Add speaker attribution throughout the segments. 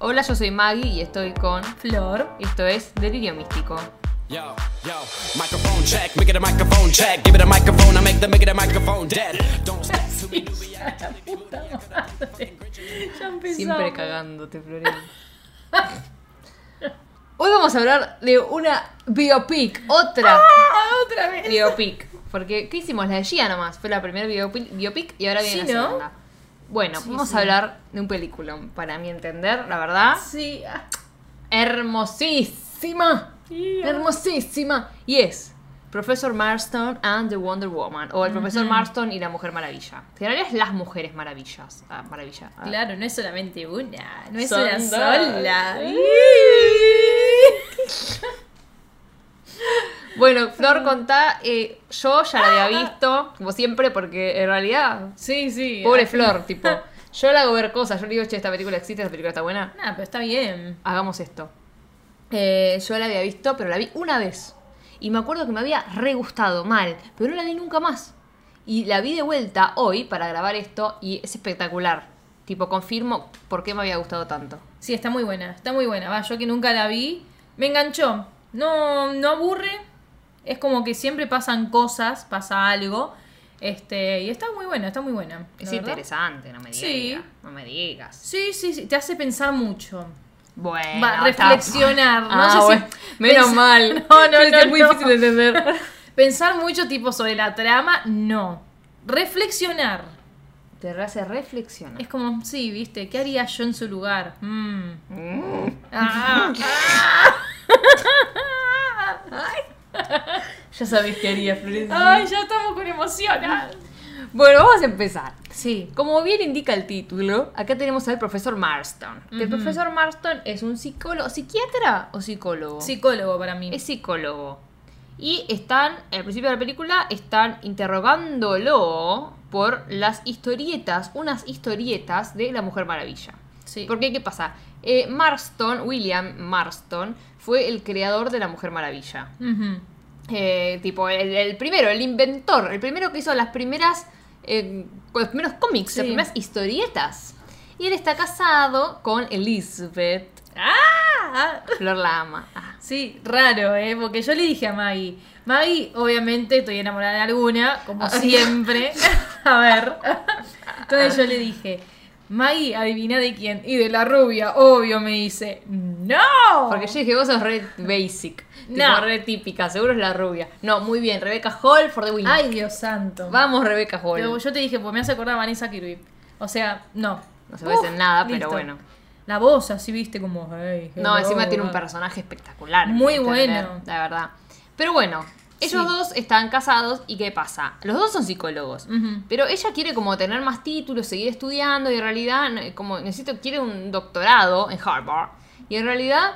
Speaker 1: Hola, yo soy Maggie y estoy con.
Speaker 2: Flor.
Speaker 1: Esto es Delirio Místico.
Speaker 3: Yo, yo, microphone check, make it a microphone check, give it a microphone, I make the make it a microphone dead. Don't stop to me, do we
Speaker 2: La puta madre. Ya empezamos.
Speaker 1: Siempre cagándote, Florina. Hoy vamos a hablar de una biopic, otra
Speaker 2: Ah, otra vez.
Speaker 1: biopic. Porque, ¿qué hicimos? La de Gia nomás. Fue la primera biopic, biopic y ahora viene
Speaker 2: Sí,
Speaker 1: la
Speaker 2: ¿no?
Speaker 1: segunda. Bueno,
Speaker 2: Sí,
Speaker 1: vamos
Speaker 2: sí.
Speaker 1: a hablar de un peliculón, para mi entender, la verdad.
Speaker 2: Sí. ah,
Speaker 1: Hermosísima.
Speaker 2: sí, ah.
Speaker 1: Hermosísima. Y es Profesor Marston and the Wonder Woman. O el Profesor Marston y la Mujer Maravilla. Que en realidad es las Mujeres Maravillas. Ah, maravilla. Ah.
Speaker 2: Claro, no es solamente una, no es
Speaker 1: Son
Speaker 2: una
Speaker 1: dos.
Speaker 2: sola.
Speaker 1: Bueno, Flor, contá. eh, yo ya la había visto, como siempre, porque en realidad.
Speaker 2: Sí, sí.
Speaker 1: Pobre
Speaker 2: ah.
Speaker 1: Flor, tipo. Yo le hago ver cosas. Yo le digo, che, esta película existe, esta película está buena.
Speaker 2: Nah, Ah, pero está bien.
Speaker 1: Hagamos esto. Eh, yo la había visto, pero la vi una vez. Y me acuerdo que me había re gustado mal, pero no la vi nunca más. Y la vi de vuelta hoy para grabar esto y es espectacular. Tipo, confirmo por qué me había gustado tanto.
Speaker 2: Sí, está muy buena, está muy buena. Va, yo que nunca la vi, me enganchó. No, no aburre. Es como que siempre pasan cosas, pasa algo. Este, y está muy buena, está muy buena. la
Speaker 1: Es
Speaker 2: verdad.
Speaker 1: interesante, no me digas.
Speaker 2: Sí.
Speaker 1: No me digas.
Speaker 2: Sí, sí, sí, te hace pensar mucho.
Speaker 1: Bueno.
Speaker 2: Va,
Speaker 1: está-
Speaker 2: reflexionar. No
Speaker 1: Ah,
Speaker 2: sé si-
Speaker 1: bueno. Menos
Speaker 2: Pens-
Speaker 1: mal.
Speaker 2: No, no,
Speaker 1: Sí,
Speaker 2: no,
Speaker 1: Es muy
Speaker 2: no.
Speaker 1: difícil de entender.
Speaker 2: Pensar mucho tipo sobre la trama, no. Reflexionar.
Speaker 1: Te hace reflexionar.
Speaker 2: Es como, sí, viste, ¿qué haría yo en su lugar? Mm. Ah, ah.
Speaker 1: Ya sabés qué haría, Mm. Florencia.
Speaker 2: Ay, ya estamos con emociones.
Speaker 1: Bueno, vamos a empezar.
Speaker 2: Sí.
Speaker 1: Como bien indica el título, acá tenemos al profesor Marston. Que El
Speaker 2: Ujú.
Speaker 1: profesor Marston es un psicólogo, psiquiatra o psicólogo.
Speaker 2: Psicólogo para mí.
Speaker 1: es psicólogo. Y están, al principio de la película, están interrogándolo por las historietas, unas historietas de La Mujer Maravilla.
Speaker 2: Sí.
Speaker 1: Porque, ¿qué pasa? Eh, Marston, William Marston, fue el creador de La Mujer Maravilla.
Speaker 2: Ujú.
Speaker 1: Eh, tipo, el, el primero, el inventor, el primero que hizo las primeras, eh, los primeros cómics,
Speaker 2: Sí.
Speaker 1: las primeras historietas. Y él está casado con Elizabeth.
Speaker 2: Ah,
Speaker 1: Flor la ama. Ah.
Speaker 2: sí, raro, ¿eh? Porque yo le dije a Maggie. Maggie, obviamente, estoy enamorada de alguna,
Speaker 1: Ah,
Speaker 2: como siempre. a ver. Entonces yo le dije. Maggie, adivina de quién. Y de la rubia, obvio, me dice. ¡No!
Speaker 1: Porque yo dije, vos sos red basic.
Speaker 2: No.
Speaker 1: Tipo, re típica, seguro es la rubia. No, muy bien, Rebecca Hall for the win.
Speaker 2: Ay, Dios santo.
Speaker 1: Vamos, Rebecca Hall.
Speaker 2: Pero yo te dije, pues me hace acordar a Vanessa Kirby. O sea, no.
Speaker 1: No se parece en nada, pero bueno.
Speaker 2: La voz así, viste, como. "Hey,
Speaker 1: No,
Speaker 2: hello".
Speaker 1: encima tiene un personaje espectacular.
Speaker 2: Muy
Speaker 1: ¿entendés?
Speaker 2: bueno.
Speaker 1: La verdad. Pero bueno, ellos
Speaker 2: Sí.
Speaker 1: dos están casados y ¿qué pasa? Los dos son psicólogos,
Speaker 2: Ujú.
Speaker 1: pero ella quiere como tener más títulos, seguir estudiando y en realidad no- como necesito, quiere un doctorado en Harvard. Y en realidad,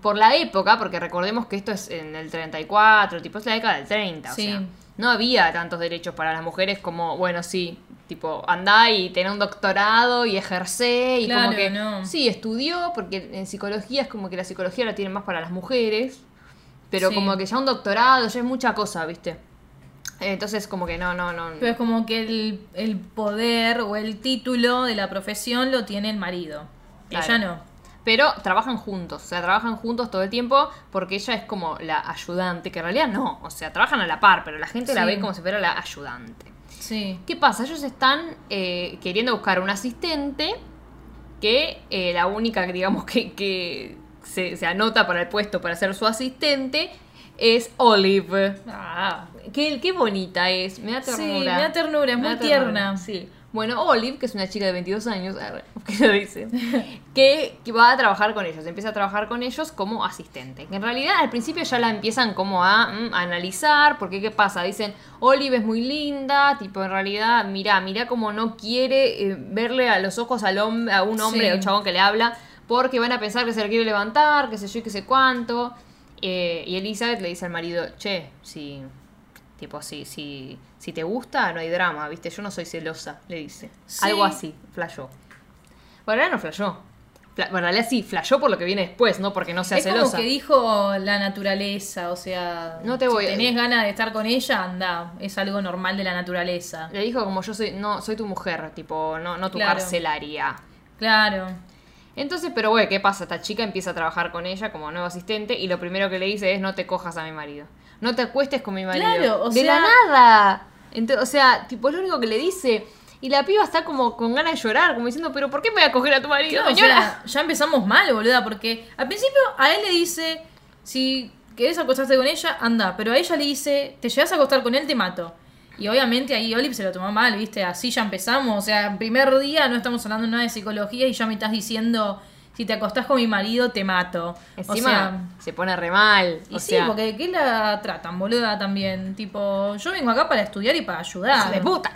Speaker 1: por la época, porque recordemos que esto es en el 34, tipo es la década del 30, o
Speaker 2: Sí.
Speaker 1: sea, no había tantos derechos para las mujeres como, bueno, sí, tipo, andá y tener un doctorado y ejercer y
Speaker 2: Claro,
Speaker 1: como que
Speaker 2: no.
Speaker 1: sí estudió porque en psicología es como que la psicología la tienen más para las mujeres pero
Speaker 2: Sí.
Speaker 1: como que ya un doctorado ya es mucha cosa viste entonces como que no no no
Speaker 2: Pero es como que el, el poder o el título de la profesión lo tiene el marido.
Speaker 1: Claro.
Speaker 2: Ella no.
Speaker 1: pero trabajan juntos o sea trabajan juntos todo el tiempo porque ella es como la ayudante que en realidad no o sea trabajan a la par pero la gente la
Speaker 2: Sí.
Speaker 1: ve como si fuera la ayudante
Speaker 2: Sí.
Speaker 1: ¿Qué pasa? Ellos están eh, queriendo buscar un asistente que eh, la única, digamos, que, que se, se anota para el puesto para ser su asistente es Olive.
Speaker 2: Ah.
Speaker 1: Qué, qué bonita es, me da
Speaker 2: Sí,
Speaker 1: ternura.
Speaker 2: me da ternura, es
Speaker 1: Me da
Speaker 2: muy tierna.
Speaker 1: Sí. Bueno, Olive, que es una chica de 22 años, arre, ¿qué lo dice? que, que va a trabajar con ellos, empieza a trabajar con ellos como asistente. Que en realidad al principio ya la empiezan como a, mm, a analizar, porque ¿qué pasa? Dicen, Olive es muy linda, tipo en realidad, mirá, mirá como no quiere eh, verle a los ojos al hom- a un hombre,
Speaker 2: Sí.
Speaker 1: a un chabón que le habla, porque van a pensar que se le quiere levantar, qué sé yo, y qué sé cuánto. Eh, y Elizabeth le dice al marido, che, si... Tipo, si, si, si te gusta, no hay drama, ¿viste? Yo no soy celosa, le dice.
Speaker 2: Sí.
Speaker 1: Algo así, flashó. Bueno, en realidad no flashó. Fla- en realidad sí, flashó por lo que viene después, no porque no sea
Speaker 2: Es como
Speaker 1: celosa.
Speaker 2: que dijo la naturaleza, o sea,
Speaker 1: No te
Speaker 2: si
Speaker 1: voy a-
Speaker 2: tenés ganas de estar con ella, anda, es algo normal de la naturaleza.
Speaker 1: Le dijo como yo soy, no, soy tu mujer, tipo, no, no tu
Speaker 2: Claro.
Speaker 1: carcelaria.
Speaker 2: Claro.
Speaker 1: Entonces, pero bueno, ¿qué pasa? Esta chica empieza a trabajar con ella como nuevo asistente y lo primero que le dice es no te cojas a mi marido. No te acuestes con mi marido.
Speaker 2: Claro, o
Speaker 1: de
Speaker 2: sea-
Speaker 1: la nada. Ento- o sea, tipo, es lo único que le dice. Y la piba está como con ganas de llorar, como diciendo, pero ¿por qué me voy a coger a tu marido,
Speaker 2: Claro, o
Speaker 1: señora?
Speaker 2: sea, ya empezamos mal, boluda, porque al principio a él le dice, si querés acostarte con ella, anda, pero a ella le dice, te llegas a acostar con él, te mato. Y obviamente ahí Olive se lo tomó mal, ¿viste? Así ya empezamos, o sea, en primer día no estamos hablando nada de psicología y ya me estás diciendo, si te acostás con mi marido, te mato.
Speaker 1: Encima
Speaker 2: o sea,
Speaker 1: se pone re mal.
Speaker 2: y
Speaker 1: o
Speaker 2: sí,
Speaker 1: sea,
Speaker 2: porque ¿qué la tratan, boluda, también? Tipo, yo vengo acá para estudiar y para
Speaker 1: hija
Speaker 2: ayudar.
Speaker 1: de puta.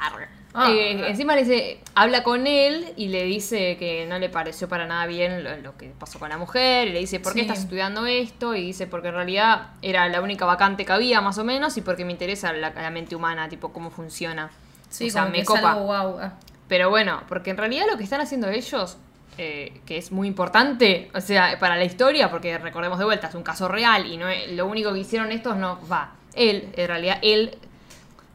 Speaker 2: Ah.
Speaker 1: Eh, encima le dice, habla con él y le dice que no le pareció para nada bien lo, lo que pasó con la mujer. Y le dice, ¿por qué
Speaker 2: Sí.
Speaker 1: estás estudiando esto? Y dice, porque en realidad era la única vacante que había, más o menos, y porque me interesa la, la mente humana, tipo, cómo funciona.
Speaker 2: Sí,
Speaker 1: o sea,
Speaker 2: como que
Speaker 1: me
Speaker 2: es
Speaker 1: copa.
Speaker 2: algo guau. ah.
Speaker 1: Pero bueno, porque en realidad lo que están haciendo ellos, eh, que es muy importante, o sea, para la historia, porque recordemos de vuelta, es un caso real y no es- lo único que hicieron estos no va. Él, en realidad, él,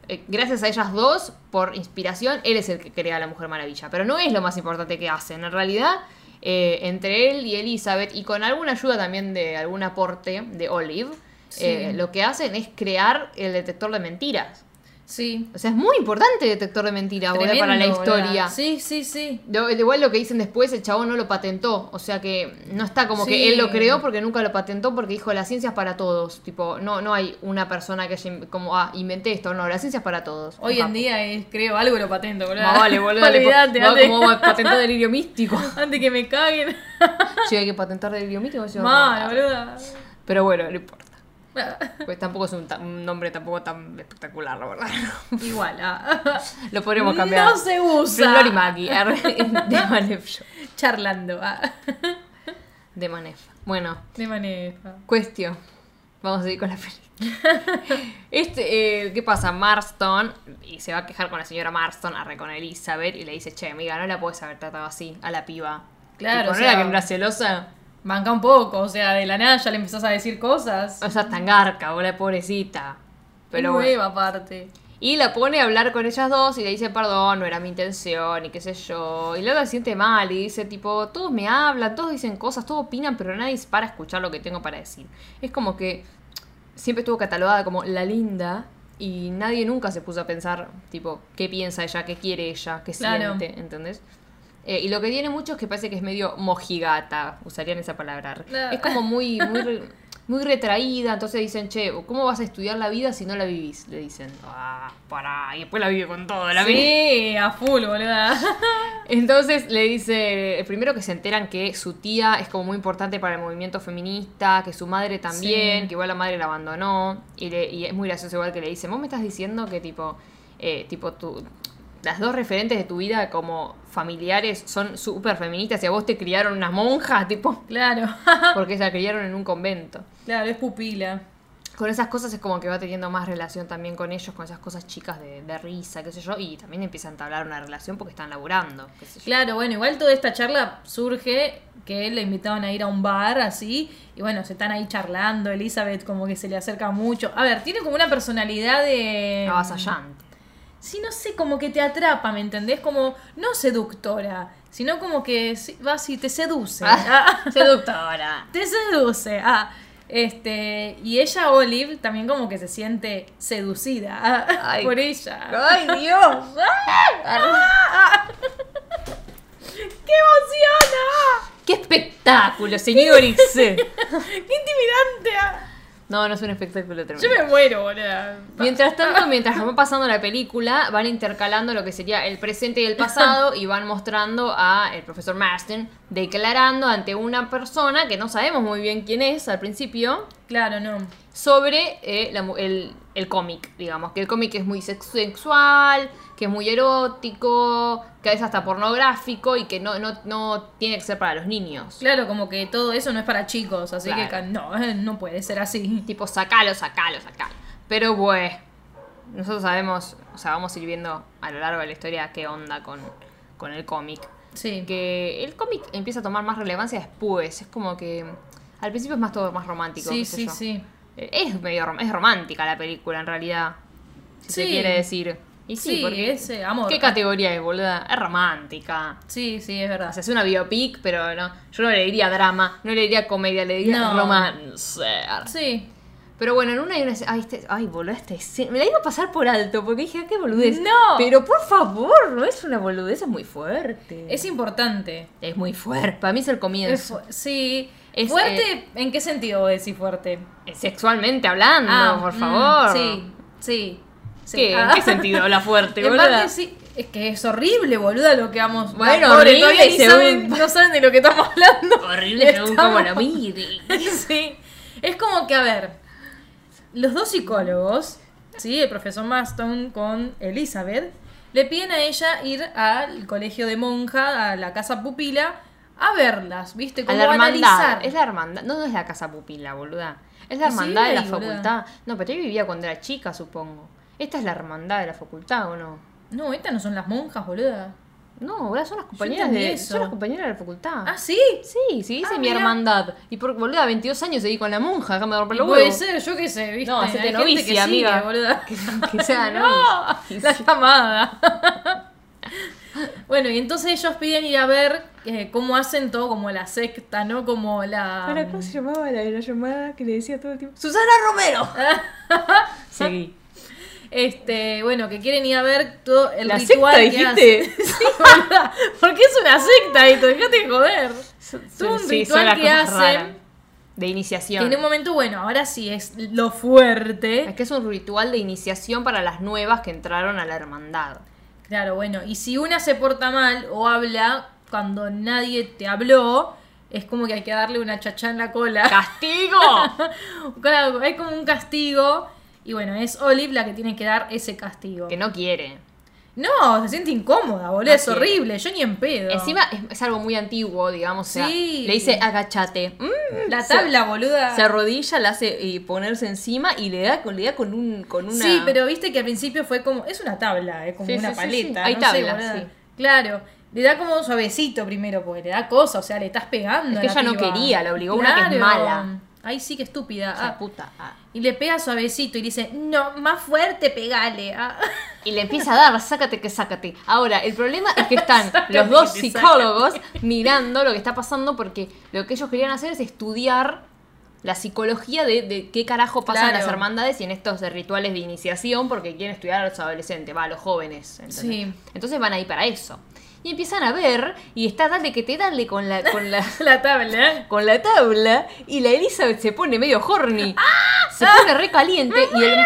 Speaker 1: eh, gracias a ellas dos, por inspiración, él es el que crea a la Mujer Maravilla. Pero no es lo más importante que hacen. En realidad, eh, entre él y Elizabeth, y con alguna ayuda también de algún aporte de Olive,
Speaker 2: Sí.
Speaker 1: eh, lo que hacen es crear el detector de mentiras.
Speaker 2: Sí.
Speaker 1: O sea, es muy importante el detector de mentiras boluda, para la
Speaker 2: Tremendo, boluda.
Speaker 1: historia.
Speaker 2: Sí, sí, sí.
Speaker 1: Lo- Igual lo que dicen después, el chabón no lo patentó. O sea que no está como
Speaker 2: Sí.
Speaker 1: que él lo creó porque nunca lo patentó porque dijo la ciencia es para todos. Tipo, no, no hay una persona que haya in- como, ah, inventé esto. No, la ciencia es para todos.
Speaker 2: Hoy en día es, creo, algo lo patento, boludo.
Speaker 1: Más vale, boludo. le po-
Speaker 2: Olvidate,
Speaker 1: no,
Speaker 2: antes,
Speaker 1: como patentó delirio místico.
Speaker 2: antes que me caguen.
Speaker 1: Sí, hay que patentar delirio místico. yo-
Speaker 2: Mal, boluda.
Speaker 1: Pero bueno, no importa. Pues tampoco es un, ta- un nombre tampoco tan espectacular, la verdad.
Speaker 2: Igual, ah.
Speaker 1: Lo podríamos cambiar.
Speaker 2: No se usa.
Speaker 1: Flor y Maggie, arre, de Manef Show,
Speaker 2: Charlando. ah.
Speaker 1: De Manef. Bueno,
Speaker 2: De maneja.
Speaker 1: Cuestión. Vamos a seguir con la película. Este, eh, ¿Qué pasa? Marston, y se va a quejar con la señora Marston, arre con Elizabeth, y le dice, che, amiga, no la puedes haber tratado así a la piba. Tipo,
Speaker 2: Claro, o
Speaker 1: ¿no
Speaker 2: sea-
Speaker 1: era que no era celosa?
Speaker 2: Manca un poco, o sea, de la nada ya le empezás a decir cosas.
Speaker 1: O sea, tan garca, la pobrecita. Pero bueno.
Speaker 2: Nueva aparte.
Speaker 1: Y la pone a hablar con ellas dos y le dice, perdón, no era mi intención y qué sé yo. Y luego se siente mal y dice, tipo, todos me hablan, todos dicen cosas, todos opinan, pero nadie es para escuchar lo que tengo para decir. Es como que siempre estuvo catalogada como la linda y nadie nunca se puso a pensar, tipo, qué piensa ella, qué quiere ella, qué
Speaker 2: Claro.
Speaker 1: siente, ¿entendés? Eh, y lo que tiene mucho es que parece que es medio mojigata, usarían esa palabra.
Speaker 2: No.
Speaker 1: Es como muy, muy, re- muy retraída, entonces dicen, che, ¿cómo vas a estudiar la vida si no la vivís? Le dicen, ah, pará, y después la vive con todo, la vida.
Speaker 2: Sí, a full, boluda.
Speaker 1: Entonces le dice, primero que se enteran que su tía es como muy importante para el movimiento feminista, que su madre también,
Speaker 2: Sí.
Speaker 1: que igual la madre la abandonó, y, le- y es muy gracioso igual que le dice, vos me estás diciendo que tipo, eh, tipo tú, las dos referentes de tu vida como familiares son súper feministas y a vos te criaron unas monjas, tipo,
Speaker 2: Claro.
Speaker 1: porque la criaron en un convento
Speaker 2: Claro, es pupila.
Speaker 1: con esas cosas es como que va teniendo más relación también con ellos, con esas cosas chicas de, de risa, qué sé yo, y también empieza a entablar una relación porque están laburando, qué sé yo.
Speaker 2: Claro, bueno, igual toda esta charla surge que le invitaban a ir a un bar así, y bueno, se están ahí charlando, Elizabeth como que se le acerca mucho. A ver, tiene como una personalidad de...
Speaker 1: Avasallante.
Speaker 2: Sí, no sé, como que te atrapa, ¿me entendés? Como, no seductora, sino como que sí, va así, te seduce. Ah,
Speaker 1: Seductora.
Speaker 2: te seduce. Ah, este, y ella, Olive, también como que se siente seducida ah,
Speaker 1: Ay.
Speaker 2: por ella.
Speaker 1: ¡Ay, Dios!
Speaker 2: ¡Qué emoción!
Speaker 1: ¡Qué espectáculo, señores!
Speaker 2: ah! ¡Qué intimidante! ah!
Speaker 1: No, no es un espectáculo tremendo.
Speaker 2: Yo me muero, boluda.
Speaker 1: Mientras tanto, mientras van pasando la película, van intercalando lo que sería el presente y el pasado y van mostrando a el profesor Marston declarando ante una persona que no sabemos muy bien quién es al principio,
Speaker 2: Claro, no.
Speaker 1: sobre eh, la mu- el, el cómic, digamos, que el cómic es muy sex- sexual, que es muy erótico, que es hasta pornográfico y que no, no, no tiene que ser para los niños.
Speaker 2: Claro, como que todo eso no es para chicos, así que
Speaker 1: Claro.
Speaker 2: ca- no, eh, no puede ser así.
Speaker 1: Tipo, sacalo, sacalo, sacalo. Pero bueno, nosotros sabemos, o sea, vamos a ir viendo a lo largo de la historia qué onda con, con el cómic.
Speaker 2: Sí.
Speaker 1: Que el cómic empieza a tomar más relevancia después, es como que al principio es más todo más romántico.
Speaker 2: sí,
Speaker 1: qué sé
Speaker 2: sí,
Speaker 1: yo.
Speaker 2: sí.
Speaker 1: Eh, Es medio rom- es romántica la película en realidad. Si se
Speaker 2: Sí.
Speaker 1: quiere decir. Y sí,
Speaker 2: Sí,
Speaker 1: porque
Speaker 2: ese amor.
Speaker 1: ¿Qué categoría es, boluda? Es romántica.
Speaker 2: Sí, sí, es
Speaker 1: O
Speaker 2: verdad.
Speaker 1: sea, es una biopic, pero no. Yo no le diría drama, no le diría comedia, le diría
Speaker 2: No.
Speaker 1: romance.
Speaker 2: Sí.
Speaker 1: Pero bueno, en una hay una escena- Ay, este, ay boludo, esta escena. Me la iba a pasar por alto porque dije, ah, qué boludez.
Speaker 2: No.
Speaker 1: Pero por favor, no es una boludez, es muy fuerte.
Speaker 2: Es importante.
Speaker 1: Es muy fuerte. Para mí es el
Speaker 2: Es
Speaker 1: comienzo.
Speaker 2: fu- sí.
Speaker 1: Es, eh,
Speaker 2: ¿Fuerte? ¿En qué sentido vos decís fuerte?
Speaker 1: Sexualmente hablando, por
Speaker 2: mm,
Speaker 1: favor.
Speaker 2: sí, sí. sí.
Speaker 1: ¿Qué? ¿En
Speaker 2: Ah.
Speaker 1: qué sentido habla fuerte,
Speaker 2: En
Speaker 1: boluda?
Speaker 2: parte sí, es que es horrible, boluda, lo que vamos.
Speaker 1: Bueno,
Speaker 2: Pobre,
Speaker 1: horrible
Speaker 2: todavía ni
Speaker 1: según-
Speaker 2: saben- no saben de lo que estamos hablando.
Speaker 1: Horrible según cómo lo
Speaker 2: Estamos-
Speaker 1: mire.
Speaker 2: sí. Es como que, a ver, los dos psicólogos, ¿sí? el profesor Maston con Elizabeth, le piden a ella ir al colegio de monja, a la casa pupila, a verlas, ¿viste?
Speaker 1: A
Speaker 2: Como
Speaker 1: la hermandad.
Speaker 2: analizar.
Speaker 1: Es la hermandad. No, no es la casa pupila, boluda. Es la
Speaker 2: Y sí,
Speaker 1: hermandad de la
Speaker 2: ahí, boluda.
Speaker 1: facultad. No, pero yo vivía cuando era chica, supongo. Esta es la hermandad de la facultad, ¿o no?
Speaker 2: No, estas no son las monjas, boluda.
Speaker 1: No, boluda, son las compañeras
Speaker 2: entendí
Speaker 1: de.
Speaker 2: eso.
Speaker 1: Son las compañeras de la facultad.
Speaker 2: Ah, sí.
Speaker 1: Sí, sí, dice
Speaker 2: Ah,
Speaker 1: mi
Speaker 2: mirá.
Speaker 1: hermandad. Y por boluda, 22 años seguí con la monja, déjame romper los
Speaker 2: Puede
Speaker 1: huevos.
Speaker 2: ser, yo qué sé, ¿viste?
Speaker 1: No, hacete
Speaker 2: Hay gente
Speaker 1: novicia,
Speaker 2: que sigue,
Speaker 1: amiga.
Speaker 2: boluda.
Speaker 1: que sea, ¿no?
Speaker 2: No,
Speaker 1: Y- y
Speaker 2: la
Speaker 1: sí.
Speaker 2: llamada. bueno, y entonces ellos piden ir a ver eh, cómo hacen todo como la secta, ¿no? Como la... mm,
Speaker 1: Ahora, ¿cómo se llamaba la de la llamada que le decía todo el tiempo?
Speaker 2: Susana Romero.
Speaker 1: Seguí.
Speaker 2: Este, bueno, que quieren ir a ver todo el
Speaker 1: ¿La
Speaker 2: ritual
Speaker 1: secta
Speaker 2: que
Speaker 1: dijiste?
Speaker 2: hacen. sí, boluda, porque es una secta esto, dejate de joder. Todo un
Speaker 1: Sí, son
Speaker 2: ritual
Speaker 1: las
Speaker 2: que
Speaker 1: cosas
Speaker 2: hacen.
Speaker 1: raras. De
Speaker 2: Que
Speaker 1: iniciación.
Speaker 2: en un momento, bueno, ahora sí es lo fuerte.
Speaker 1: Es que es un ritual de iniciación para las nuevas que entraron a la hermandad.
Speaker 2: Claro, bueno, y si una se porta mal o habla cuando nadie te habló, es como que hay que darle una chachá en la cola.
Speaker 1: ¡Castigo!
Speaker 2: Claro, hay como un castigo. Y bueno, es Olive la que tiene que dar ese castigo.
Speaker 1: que no quiere.
Speaker 2: No, se siente incómoda, boludo,
Speaker 1: No
Speaker 2: es
Speaker 1: quiere.
Speaker 2: horrible, yo ni en pedo.
Speaker 1: Encima es, es algo muy antiguo, digamos. o sea,
Speaker 2: Sí.
Speaker 1: le dice agachate. Mm,
Speaker 2: la tabla, boluda.
Speaker 1: Se arrodilla, la hace eh, ponerse encima y le da con, le da con, un, con una.
Speaker 2: Sí, pero viste que al principio fue como. Es una tabla, es como
Speaker 1: Sí, sí,
Speaker 2: una
Speaker 1: sí,
Speaker 2: paleta.
Speaker 1: sí. Hay
Speaker 2: no sé,
Speaker 1: tablas,
Speaker 2: boluda.
Speaker 1: sí.
Speaker 2: Claro. Le da como un suavecito primero, porque le da cosa, o sea, le estás
Speaker 1: Es
Speaker 2: pegando. a
Speaker 1: que
Speaker 2: la
Speaker 1: ella no
Speaker 2: piba.
Speaker 1: quería, la obligó a una que es mala.
Speaker 2: Ay, sí, que estúpida.
Speaker 1: Hija de
Speaker 2: ah.
Speaker 1: puta. ah.
Speaker 2: Y le pega suavecito y le dice, no, más fuerte, pegale. ah".
Speaker 1: Y le empieza a dar, sácate que sácate. Ahora, el problema es que están los dos
Speaker 2: que te
Speaker 1: psicólogos mirando lo que está pasando porque lo que ellos querían hacer es estudiar la psicología de, de qué carajo pasa en
Speaker 2: Claro.
Speaker 1: las hermandades y en estos de rituales de iniciación porque quieren estudiar a los adolescentes, va, a los jóvenes. ¿entendés?
Speaker 2: Sí.
Speaker 1: Entonces van ahí para eso. Y empiezan a ver y está dale que te dale con la... Con la
Speaker 2: La tabla.
Speaker 1: con la tabla y la Elizabeth se pone medio horny.
Speaker 2: ¡Ah!
Speaker 1: Se pone re caliente y el,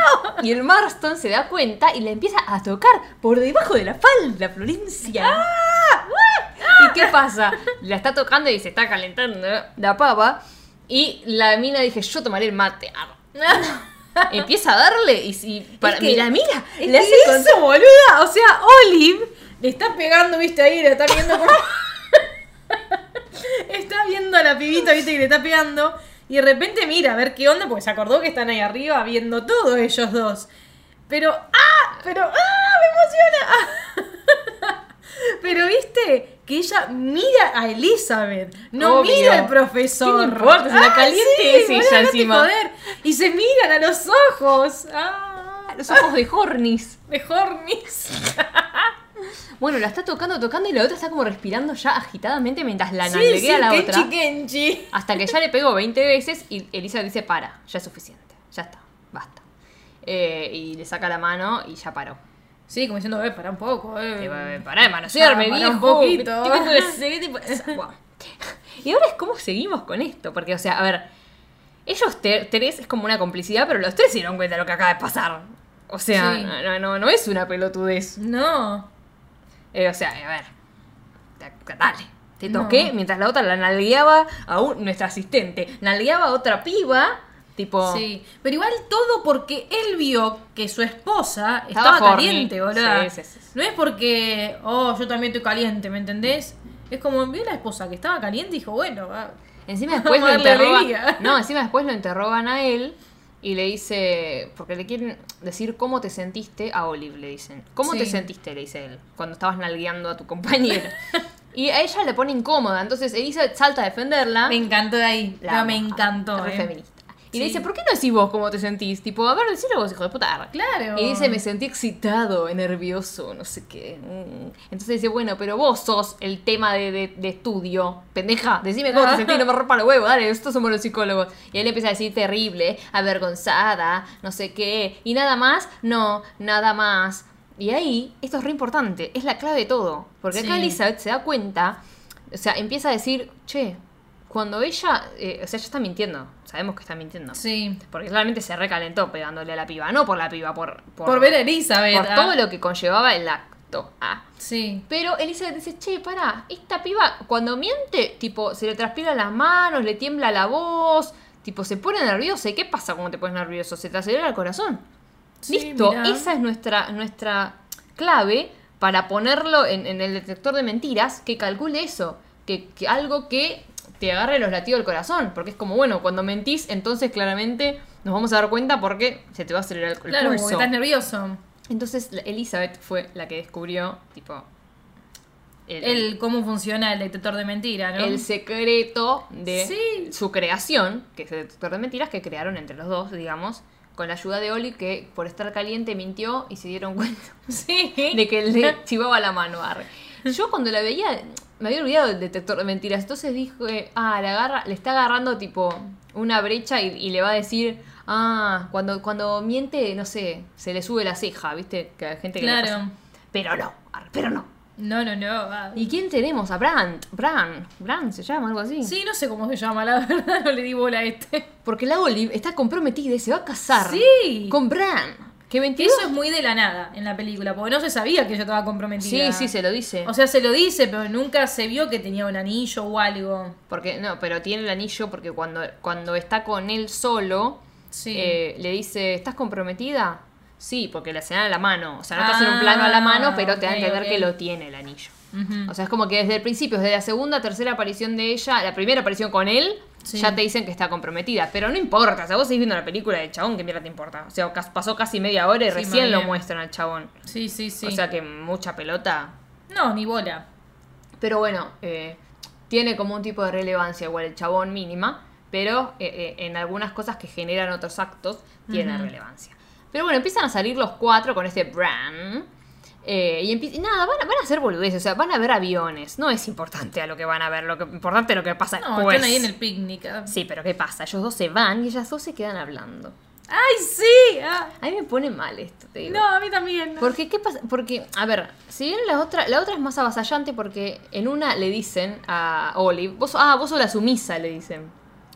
Speaker 1: y el Marston se da cuenta y la empieza a tocar por debajo de la falda, Florencia.
Speaker 2: ¡Ah!
Speaker 1: ¿Y qué pasa? La está tocando y se está calentando la pava. Y la mina dije, yo tomaré el mate. Ah, Empieza a darle y, si para,
Speaker 2: Es que-
Speaker 1: mira, mira,
Speaker 2: es
Speaker 1: le
Speaker 2: que
Speaker 1: hace con-
Speaker 2: eso, boluda. O sea, Olive le está pegando, viste, ahí, le está viendo como... está viendo a la pibita, viste, que le está pegando. Y de repente mira a ver qué onda, porque se acordó que están ahí arriba viendo todo ellos dos. Pero, ¡ah! Pero, ¡ah! Me emociona. Pero viste que ella mira a Elizabeth, no
Speaker 1: Obvio.
Speaker 2: mira al profesor.
Speaker 1: ¿Qué le importa? Se la
Speaker 2: Ay,
Speaker 1: caliente es ella
Speaker 2: boluda, no te
Speaker 1: encima.
Speaker 2: joder. Y se miran a los ojos. Ah,
Speaker 1: los ojos de hornis.
Speaker 2: de hornis.
Speaker 1: Bueno, la está tocando, tocando y la otra está como respirando ya agitadamente mientras la nalguea a la otra.
Speaker 2: kenchi, kenchi.
Speaker 1: Hasta que ya le pegó 20 veces y Elisa dice, para, ya es suficiente, ya está, basta. Eh, y le saca la mano y ya paró.
Speaker 2: Sí, como diciendo, eh, para un poco, eh.
Speaker 1: Eh, eh, Pará de manosearme,
Speaker 2: Ah, Pará, pará
Speaker 1: viejo.
Speaker 2: un poquito.
Speaker 1: ¿Qué tengo que hacer? ¿Qué tipo de- Guau. Y ahora es cómo seguimos con esto, porque, o sea, a ver, ellos te- tres es como una complicidad, pero los tres se dieron cuenta de lo que acaba de pasar. O sea,
Speaker 2: Sí.
Speaker 1: no, no, no es una pelotudez.
Speaker 2: No.
Speaker 1: Eh, o sea, a ver. ta- ta- Dale. Te
Speaker 2: No.
Speaker 1: toqué mientras la otra la nalgueaba a un- nuestra asistente. Nalgueaba a otra piba. Tipo.
Speaker 2: Sí. Pero igual todo porque él vio que su esposa
Speaker 1: Estaba
Speaker 2: estaba,
Speaker 1: horny.
Speaker 2: caliente, boludo.
Speaker 1: Sí, sí, sí, sí.
Speaker 2: No es porque, oh, yo también estoy caliente, ¿me entendés? Es como vio a la esposa que estaba caliente y dijo, bueno, va.
Speaker 1: Encima después lo
Speaker 2: Vamos a darle
Speaker 1: interrogan.
Speaker 2: alegría.
Speaker 1: No, encima después lo interrogan a él y le dice. Porque le quieren decir cómo te sentiste a Olive, le dicen. ¿Cómo
Speaker 2: Sí.
Speaker 1: te sentiste? le dice él, cuando estabas nalgueando a tu compañera. y a ella le pone incómoda. Entonces Elizabeth salta a defenderla.
Speaker 2: me encantó de ahí.
Speaker 1: Ah. La
Speaker 2: Pero
Speaker 1: amo.
Speaker 2: me encantó.
Speaker 1: Re
Speaker 2: eh.
Speaker 1: feminista. Y le dice, ¿por qué no decís vos cómo te sentís? Tipo, a ver, decílo vos, hijo de puta.
Speaker 2: Claro.
Speaker 1: Y dice, me sentí excitado, nervioso, no sé qué. Mm. Entonces dice, bueno, pero vos sos el tema de, de- de estudio. Pendeja, decime cómo te sentís, no me rompa los huevos, dale, estos somos los psicólogos. Y él le empieza a decir, terrible, avergonzada, no sé qué. Y nada más, no, nada más. Y ahí, esto es re importante, es la clave de todo. Porque acá
Speaker 2: Sí.
Speaker 1: Elizabeth se da cuenta, o sea, empieza a decir, che, cuando ella, eh, o sea, ella está mintiendo, sabemos que está mintiendo.
Speaker 2: Sí.
Speaker 1: Porque claramente se recalentó pegándole a la piba. No por la piba, por,
Speaker 2: Por, ver a Elizabeth.
Speaker 1: por
Speaker 2: ah.
Speaker 1: todo lo que conllevaba el acto. Ah.
Speaker 2: Sí.
Speaker 1: Pero Elizabeth dice, che, pará, esta piba cuando miente, tipo, se le transpiran las manos, le tiembla la voz, tipo, se pone nerviosa. ¿Y qué pasa cuando te pones nervioso? Se te acelera el corazón.
Speaker 2: Sí,
Speaker 1: Listo,
Speaker 2: mirá.
Speaker 1: esa es nuestra, nuestra clave para ponerlo en, en el detector de mentiras, que calcule eso, que, que algo que te agarre los latidos del corazón, porque es como, bueno, cuando mentís, entonces claramente nos vamos a dar cuenta porque se te va a acelerar el, el
Speaker 2: Claro,
Speaker 1: pulso.
Speaker 2: porque estás nervioso.
Speaker 1: Entonces la- Elizabeth fue la que descubrió, tipo, el,
Speaker 2: El cómo funciona el detector de mentira, ¿no?
Speaker 1: el secreto de
Speaker 2: Sí.
Speaker 1: su creación, que es el detector de mentiras, que crearon entre los dos, digamos, con la ayuda de Oli, que por estar caliente mintió y se dieron cuenta
Speaker 2: Sí.
Speaker 1: de que le chivaba la mano. arre. Yo cuando la veía, me había olvidado del detector de mentiras, entonces dije, ah, le, agarra, le está agarrando tipo una brecha y, y le va a decir, ah, cuando, cuando miente, no sé, se le sube la ceja, ¿viste? Que hay gente que le
Speaker 2: Claro.
Speaker 1: pasa. Pero no, arre, pero no.
Speaker 2: No, no, no. ah.
Speaker 1: ¿Y quién tenemos? A Brand, Brand, Brand se llama, algo así.
Speaker 2: Sí, no sé cómo se llama, la verdad, no le di bola a este.
Speaker 1: Porque la Olive está comprometida y se va a casar
Speaker 2: Sí.
Speaker 1: con Brand. Que 22.
Speaker 2: Eso es muy de la nada en la película, porque no se sabía que ella estaba comprometida.
Speaker 1: Sí, sí, se lo dice.
Speaker 2: O sea, se lo dice, pero nunca se vio que tenía un anillo o algo.
Speaker 1: Porque, no, pero tiene el anillo porque cuando, cuando está con él solo,
Speaker 2: Sí.
Speaker 1: eh, le dice, ¿estás comprometida? Sí, porque le dan a la mano. O sea, no te
Speaker 2: Ah,
Speaker 1: hacen un plano a la mano, pero te dan
Speaker 2: ok,
Speaker 1: a entender
Speaker 2: ok. Mm.
Speaker 1: que lo tiene el anillo.
Speaker 2: Ujú.
Speaker 1: O sea, es como que desde el principio, desde la segunda, tercera aparición de ella, la primera aparición con él,
Speaker 2: Sí.
Speaker 1: ya te dicen que está comprometida. Pero no importa, o sea, vos seguís viendo la película del chabón, que mierda te importa. O sea, cas- pasó casi media hora y
Speaker 2: Sí,
Speaker 1: recién lo
Speaker 2: mamá.
Speaker 1: muestran al chabón.
Speaker 2: Sí, sí, sí.
Speaker 1: O sea que mucha pelota.
Speaker 2: No, ni bola.
Speaker 1: Pero bueno, eh, tiene como un tipo de relevancia, igual el chabón mínima, pero eh, eh, en algunas cosas que generan otros actos tiene relevancia. Pero bueno, empiezan a salir los cuatro con este brand. eh, y, empie- y nada, van a, van a hacer boludeces, o sea, van a ver aviones. No es importante a lo que van a ver, lo que importante es lo que pasa
Speaker 2: No,
Speaker 1: después.
Speaker 2: están ahí en el picnic. ah.
Speaker 1: pues. Sí, pero ¿qué pasa? Ellos dos se van y ellas dos se quedan hablando.
Speaker 2: ¡Ay, sí! ah.
Speaker 1: A mí me pone mal esto, te digo.
Speaker 2: No, a mí también.
Speaker 1: Porque, ¿qué pasa? Porque, a ver, si bien la otra, la otra es más avasallante porque en una le dicen a Olive, vos, ah, vos sos la sumisa, le dicen.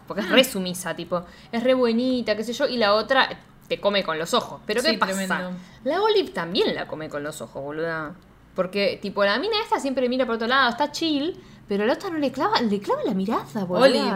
Speaker 1: Porque es
Speaker 2: Ah.
Speaker 1: re sumisa, tipo, es re buenita, qué sé yo, y la otra te come con los ojos. Pero, ¿qué
Speaker 2: Sí,
Speaker 1: pasa?
Speaker 2: tremendo.
Speaker 1: La Olive también la come con los ojos, boluda. Porque, tipo, la mina esta siempre mira por otro lado, está chill, pero la otra no le clava, le clava la mirada, boluda.
Speaker 2: Olive.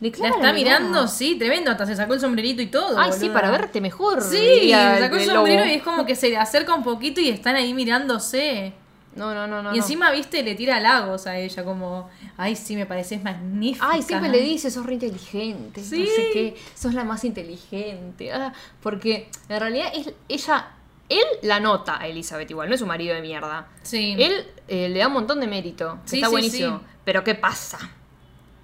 Speaker 1: Le
Speaker 2: La
Speaker 1: clava
Speaker 2: está
Speaker 1: mirada.
Speaker 2: mirando, sí, tremendo. Hasta se sacó el sombrerito y todo.
Speaker 1: Ay, sí,
Speaker 2: boluda.
Speaker 1: para verte mejor.
Speaker 2: Sí,
Speaker 1: diría
Speaker 2: se sacó el
Speaker 1: el
Speaker 2: sombrero
Speaker 1: lobo.
Speaker 2: y es como que se le acerca un poquito y están ahí mirándose.
Speaker 1: No, no, no, no.
Speaker 2: y
Speaker 1: no.
Speaker 2: encima, viste, le tira halagos a ella, como, ay, sí, me pareces magnífica.
Speaker 1: Ay, siempre le dice, sos re inteligente,
Speaker 2: Sí.
Speaker 1: no sé qué, sos la más inteligente. ah, porque en realidad es, ella, él la nota a Elizabeth igual, no es un marido de mierda.
Speaker 2: Sí.
Speaker 1: Él eh, le da un montón de mérito, que
Speaker 2: Sí,
Speaker 1: está
Speaker 2: sí,
Speaker 1: buenísimo.
Speaker 2: sí.
Speaker 1: Pero ¿qué pasa?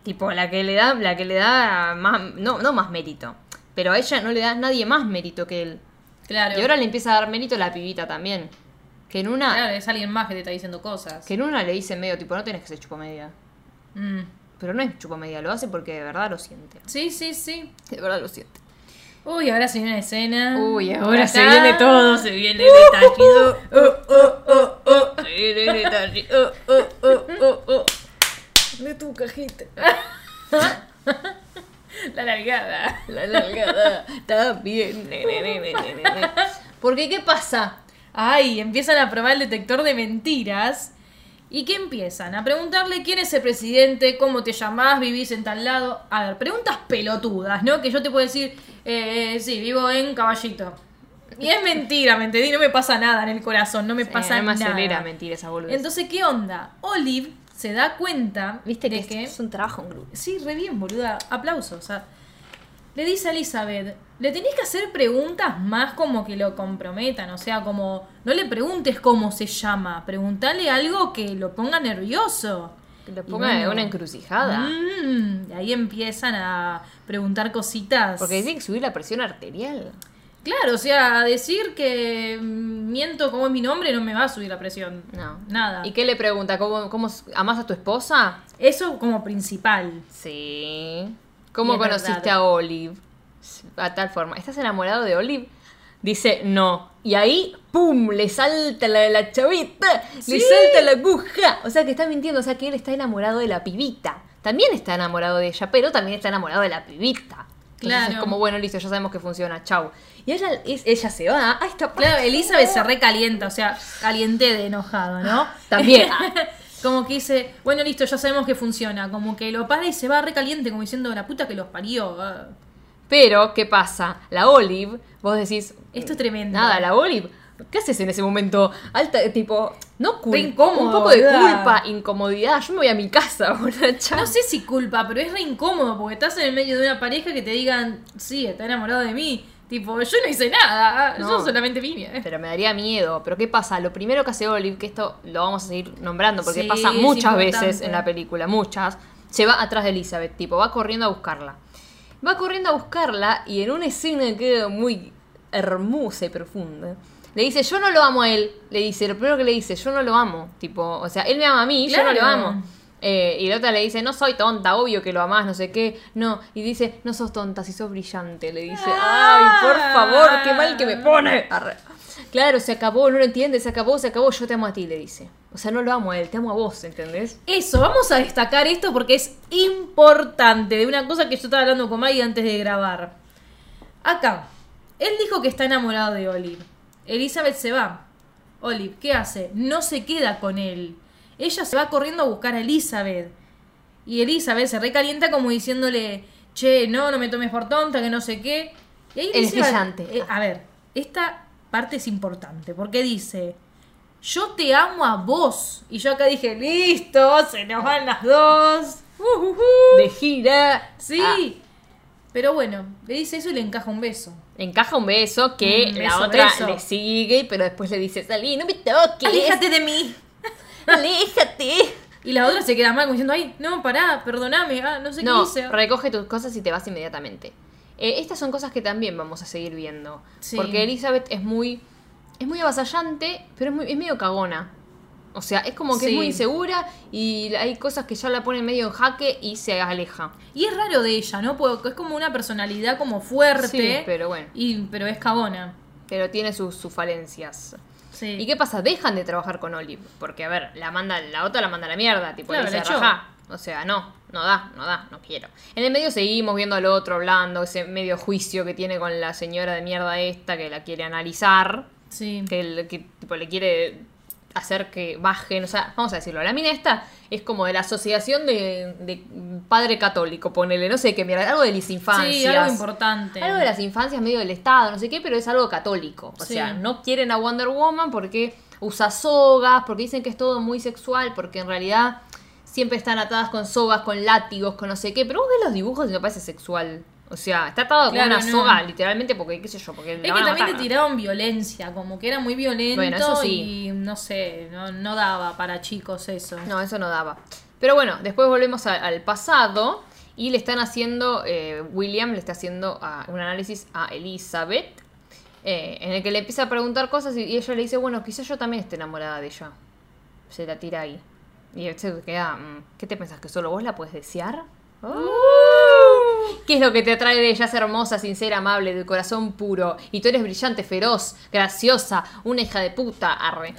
Speaker 1: Tipo, la que le da, la que le da más, no, no más mérito. Pero a ella no le da a nadie más mérito que él.
Speaker 2: Claro.
Speaker 1: Y ahora le empieza a dar mérito a la pibita también. Que en una,
Speaker 2: Claro, es alguien más que te está diciendo cosas.
Speaker 1: que en una le dice medio, tipo, no tenés que ser chupamedia.
Speaker 2: Mm.
Speaker 1: Pero no es chupamedia, lo hace porque de verdad lo siente.
Speaker 2: Sí, sí, sí.
Speaker 1: De verdad lo siente.
Speaker 2: Uy, ahora se viene una escena. Uh.
Speaker 1: Uy, ahora se
Speaker 2: Acá.
Speaker 1: viene todo, se viene detallido.
Speaker 2: Oh, oh, oh, oh.
Speaker 1: Se viene detallido. Oh, oh, oh, oh.
Speaker 2: De tu cajita. La largada.
Speaker 1: La largada está bien. Ne, ne, ne, ne, ne, ne. Porque, ¿qué pasa?
Speaker 2: Ay, empiezan a probar el detector de mentiras. ¿Y qué empiezan? A preguntarle quién es el presidente, cómo te llamás, vivís en tal lado. A ver, preguntas pelotudas, ¿no? Que yo te puedo decir, eh, eh, sí, vivo en Caballito. Y es mentira, ¿me entendí? No me pasa nada en el corazón, no me pasa
Speaker 1: Eh, me
Speaker 2: nada.
Speaker 1: acelera mentir esa boludez.
Speaker 2: Entonces, ¿qué onda? Olive se da cuenta
Speaker 1: Viste que
Speaker 2: de
Speaker 1: es, es un trabajo en grupo.
Speaker 2: Sí, re bien, boluda. Aplausos. O sea, le dice a Elizabeth, le tenés que hacer preguntas más como que lo comprometan. O sea, como, no le preguntes cómo se llama, preguntale algo que lo ponga nervioso.
Speaker 1: Que lo ponga en
Speaker 2: bueno.
Speaker 1: una encrucijada.
Speaker 2: Mm, ahí empiezan a preguntar cositas.
Speaker 1: Porque tiene que subir la presión arterial.
Speaker 2: Claro, o sea, decir que mm, miento como es mi nombre no me va a subir la presión.
Speaker 1: No.
Speaker 2: Nada.
Speaker 1: ¿Y qué le pregunta? ¿Cómo, cómo s- amás a tu esposa?
Speaker 2: Eso como principal.
Speaker 1: Sí. ¿Cómo
Speaker 2: Y es
Speaker 1: conociste
Speaker 2: verdad.
Speaker 1: a Olive? A tal forma. ¿Estás enamorado de Olive? Dice no. Y ahí, ¡pum! Le salta la, la chavita. Le
Speaker 2: Sí.
Speaker 1: salta la aguja. O sea que está mintiendo. O sea que él está enamorado de la pibita. También está enamorado de ella, pero también está enamorado de la pibita. Entonces
Speaker 2: Claro.
Speaker 1: Es como, bueno, listo, ya sabemos que funciona. Chau. Y ella, es- ella se va. Ah, está
Speaker 2: Claro, Elizabeth se recalienta, o sea, caliente de enojado, ¿no?
Speaker 1: También.
Speaker 2: como que dice, bueno, listo, ya sabemos que funciona. Como que lo para y se va recaliente, como diciendo, la puta que los parió. ah".
Speaker 1: Pero, ¿qué pasa? La Olive, vos decís.
Speaker 2: Esto es tremendo.
Speaker 1: Nada, la Olive. ¿Qué haces en ese momento? Alta, tipo, no culpa.
Speaker 2: Re incómodo,
Speaker 1: un poco de
Speaker 2: boluda.
Speaker 1: culpa, incomodidad. Yo me voy a mi casa, boluda.
Speaker 2: No sé si culpa, pero es re incómodo porque estás en el medio de una pareja que te digan, sí, está enamorado de mí. Tipo, yo no hice nada, ah,
Speaker 1: No.
Speaker 2: yo solamente vine.
Speaker 1: Pero me daría miedo. Pero ¿qué pasa? Lo primero que hace Olive, que esto lo vamos a seguir nombrando porque
Speaker 2: Sí,
Speaker 1: pasa
Speaker 2: es
Speaker 1: muchas
Speaker 2: importante.
Speaker 1: veces en la película, muchas, se va atrás de Elizabeth, tipo, va corriendo a buscarla. Va corriendo a buscarla y en una escena que muy hermosa y profunda. Le dice, yo no lo amo a él. Le dice, lo primero que le dice, yo no lo amo. Tipo, o sea, él me ama a mí, yo no lo
Speaker 2: Claro.
Speaker 1: amo. Eh, y la otra le dice, no soy tonta, obvio que lo amás, no sé qué. No, y dice, no sos tonta, si sos brillante. Le dice,
Speaker 2: Ah.
Speaker 1: ay, por favor, qué mal que me pone. Arre. Claro, se acabó, no lo entiendes, se acabó, se acabó, yo te amo a ti, le dice. O sea, no lo amo a él, te amo a vos, ¿entendés?
Speaker 2: Eso, vamos a destacar esto porque es importante. De una cosa que yo estaba hablando con Maggie antes de grabar. Acá, él dijo que está enamorado de Olive. Elizabeth se va. Olive, ¿qué hace? No se queda con él. Ella se va corriendo a buscar a Elizabeth. Y Elizabeth se recalienta como diciéndole, che, no, no me tomes por tonta, que no sé qué. Y ahí
Speaker 1: Él es
Speaker 2: Elizabeth-
Speaker 1: brillante.
Speaker 2: eh, a ver, esta parte es importante porque dice, yo te amo a vos. Y yo acá dije, listo, se nos van las dos. Uh, uh, uh.
Speaker 1: De gira. Ah,
Speaker 2: Sí. Pero bueno, le dice eso y le encaja un beso.
Speaker 1: Encaja un beso que
Speaker 2: Un
Speaker 1: la
Speaker 2: beso,
Speaker 1: otra
Speaker 2: beso.
Speaker 1: le sigue, pero después le dice, salí, no me toques.
Speaker 2: Aléjate de mí.
Speaker 1: aléjate.
Speaker 2: Y la otra se queda mal como diciendo, ay, no, pará, perdoname, ah, no sé
Speaker 1: No,
Speaker 2: qué hice.
Speaker 1: recoge tus cosas y te vas inmediatamente. Eh, estas son cosas que también vamos a seguir viendo.
Speaker 2: Sí.
Speaker 1: Porque Elizabeth es muy. Es muy avasallante, pero es, muy, es medio cagona. O sea, es como que es
Speaker 2: Sí.
Speaker 1: muy insegura y hay cosas que ya la ponen medio en jaque y se aleja.
Speaker 2: Y es raro de ella, ¿no? Porque es como una personalidad como fuerte.
Speaker 1: Sí, pero bueno.
Speaker 2: Y, pero es cabona.
Speaker 1: Pero tiene sus, sus falencias.
Speaker 2: Sí.
Speaker 1: ¿Y qué pasa? Dejan de trabajar con Olive. Porque, a ver, la manda, la otra la manda a la mierda, tipo, le
Speaker 2: Claro,
Speaker 1: dice,
Speaker 2: la echó.
Speaker 1: "Rajá". O sea, no, no da, no da, no quiero. En el medio seguimos viendo al otro hablando, ese medio juicio que tiene con la señora de mierda esta que la quiere analizar,
Speaker 2: Sí.
Speaker 1: que, el- que, tipo, le quiere hacer que bajen, o sea, vamos a decirlo, la mina esta es como de la asociación de, de padre católico, ponele, no sé qué mierda, algo de las infancias.
Speaker 2: Sí, algo importante.
Speaker 1: Algo de las infancias medio del Estado, no sé qué, pero es algo católico. O
Speaker 2: Sí.
Speaker 1: sea, no quieren a Wonder Woman porque usa sogas, porque dicen que es todo muy sexual, porque en realidad siempre están atadas con sogas, con látigos, con no sé qué. Pero vos ves los dibujos y no parece sexual. O sea, está atado
Speaker 2: Claro,
Speaker 1: con una
Speaker 2: no.
Speaker 1: soga, literalmente, porque qué sé yo, porque. la
Speaker 2: Es que
Speaker 1: van a
Speaker 2: también
Speaker 1: matar.
Speaker 2: te tiraron violencia, como que era muy violento
Speaker 1: Bueno, eso sí.
Speaker 2: y no sé, no, no daba para chicos eso.
Speaker 1: No, eso no daba. Pero bueno, después volvemos a- al pasado y le están haciendo, eh, William le está haciendo a- un análisis a Elizabeth, eh, en el que le empieza a preguntar cosas y, y ella le dice, bueno, quizás yo también esté enamorada de ella. Se la tira ahí. Y él se queda, mm, ¿qué te pensás? ¿Que solo vos la puedes desear? ¡Uh! ¿Qué es lo que te atrae de ella? Es hermosa, sincera, amable, de corazón puro. Y tú eres brillante, feroz, graciosa, una hija de puta, arre.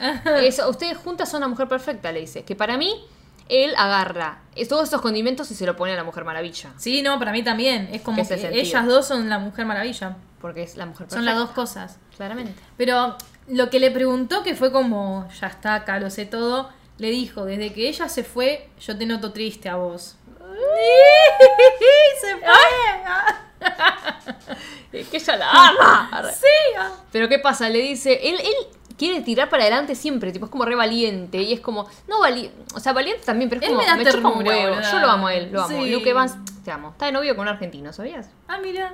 Speaker 1: Eso, ustedes juntas son una mujer perfecta, le dice. Que para mí, él agarra eh, todos esos condimentos y se lo pone a la Mujer Maravilla.
Speaker 2: Sí, no, para mí también. Es como
Speaker 1: Que ese
Speaker 2: que
Speaker 1: sentido.
Speaker 2: ellas dos son la mujer maravilla.
Speaker 1: Porque es la mujer perfecta.
Speaker 2: Son las dos cosas.
Speaker 1: Claramente.
Speaker 2: Pero lo que le preguntó, que fue como, ya está, acá lo sé todo, le dijo, desde que ella se fue, yo te noto triste a vos. Ah, ¡Se fue!
Speaker 1: Es que ella la ama. Arre.
Speaker 2: Ah,
Speaker 1: Pero ¿qué pasa? Le dice, él, él quiere tirar para adelante siempre, tipo, es como re valiente y es como, no valiente, o sea, valiente también, pero es
Speaker 2: Él
Speaker 1: como,
Speaker 2: me da
Speaker 1: me chupa un
Speaker 2: ternura,
Speaker 1: huevo,
Speaker 2: boluda.
Speaker 1: yo lo amo a él, lo amo.
Speaker 2: Sí.
Speaker 1: Luke Evans, te amo. Está de novio con un argentino, ¿sabías?
Speaker 2: Ah, mira.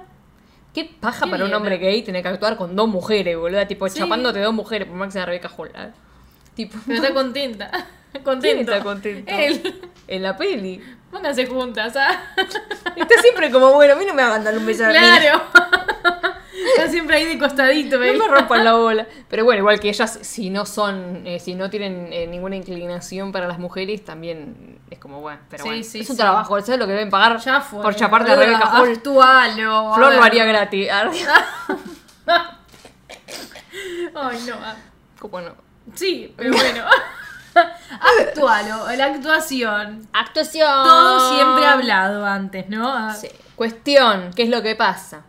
Speaker 1: Qué paja
Speaker 2: Qué
Speaker 1: para un
Speaker 2: bien,
Speaker 1: hombre
Speaker 2: eh.
Speaker 1: gay tener que actuar con dos mujeres, boluda, tipo,
Speaker 2: Sí.
Speaker 1: chapándote dos mujeres, por más que sea Rebeca Hall. ¿eh? Tipo,
Speaker 2: Pero está contenta. Contento.
Speaker 1: ¿Quién está contento?
Speaker 2: Él.
Speaker 1: En la peli.
Speaker 2: Pónganse juntas, ¿ah?
Speaker 1: Está siempre como, bueno, a mí no me hagan dar un beso a mí.
Speaker 2: Claro. Está siempre ahí de costadito,
Speaker 1: No
Speaker 2: baby.
Speaker 1: me rompan la bola. Pero bueno, igual que ellas, si no son, eh, si no tienen eh, ninguna inclinación para las mujeres, también es como, bueno, pero
Speaker 2: Sí,
Speaker 1: bueno.
Speaker 2: sí,
Speaker 1: es un
Speaker 2: sí.
Speaker 1: trabajo, ¿sabes lo que deben pagar
Speaker 2: Ya fue.
Speaker 1: por chaparte a
Speaker 2: boluda,
Speaker 1: Rebeca Hall?
Speaker 2: Actualo. a
Speaker 1: Flor
Speaker 2: ver.
Speaker 1: lo haría gratis.
Speaker 2: Ay, no. ah.
Speaker 1: Como no.
Speaker 2: Sí, pero bueno. Actualo, la actuación.
Speaker 1: Actuación.
Speaker 2: Todo siempre hablado antes, ¿no? Ah,
Speaker 1: Ah. Sí. Cuestión, ¿qué es lo que pasa?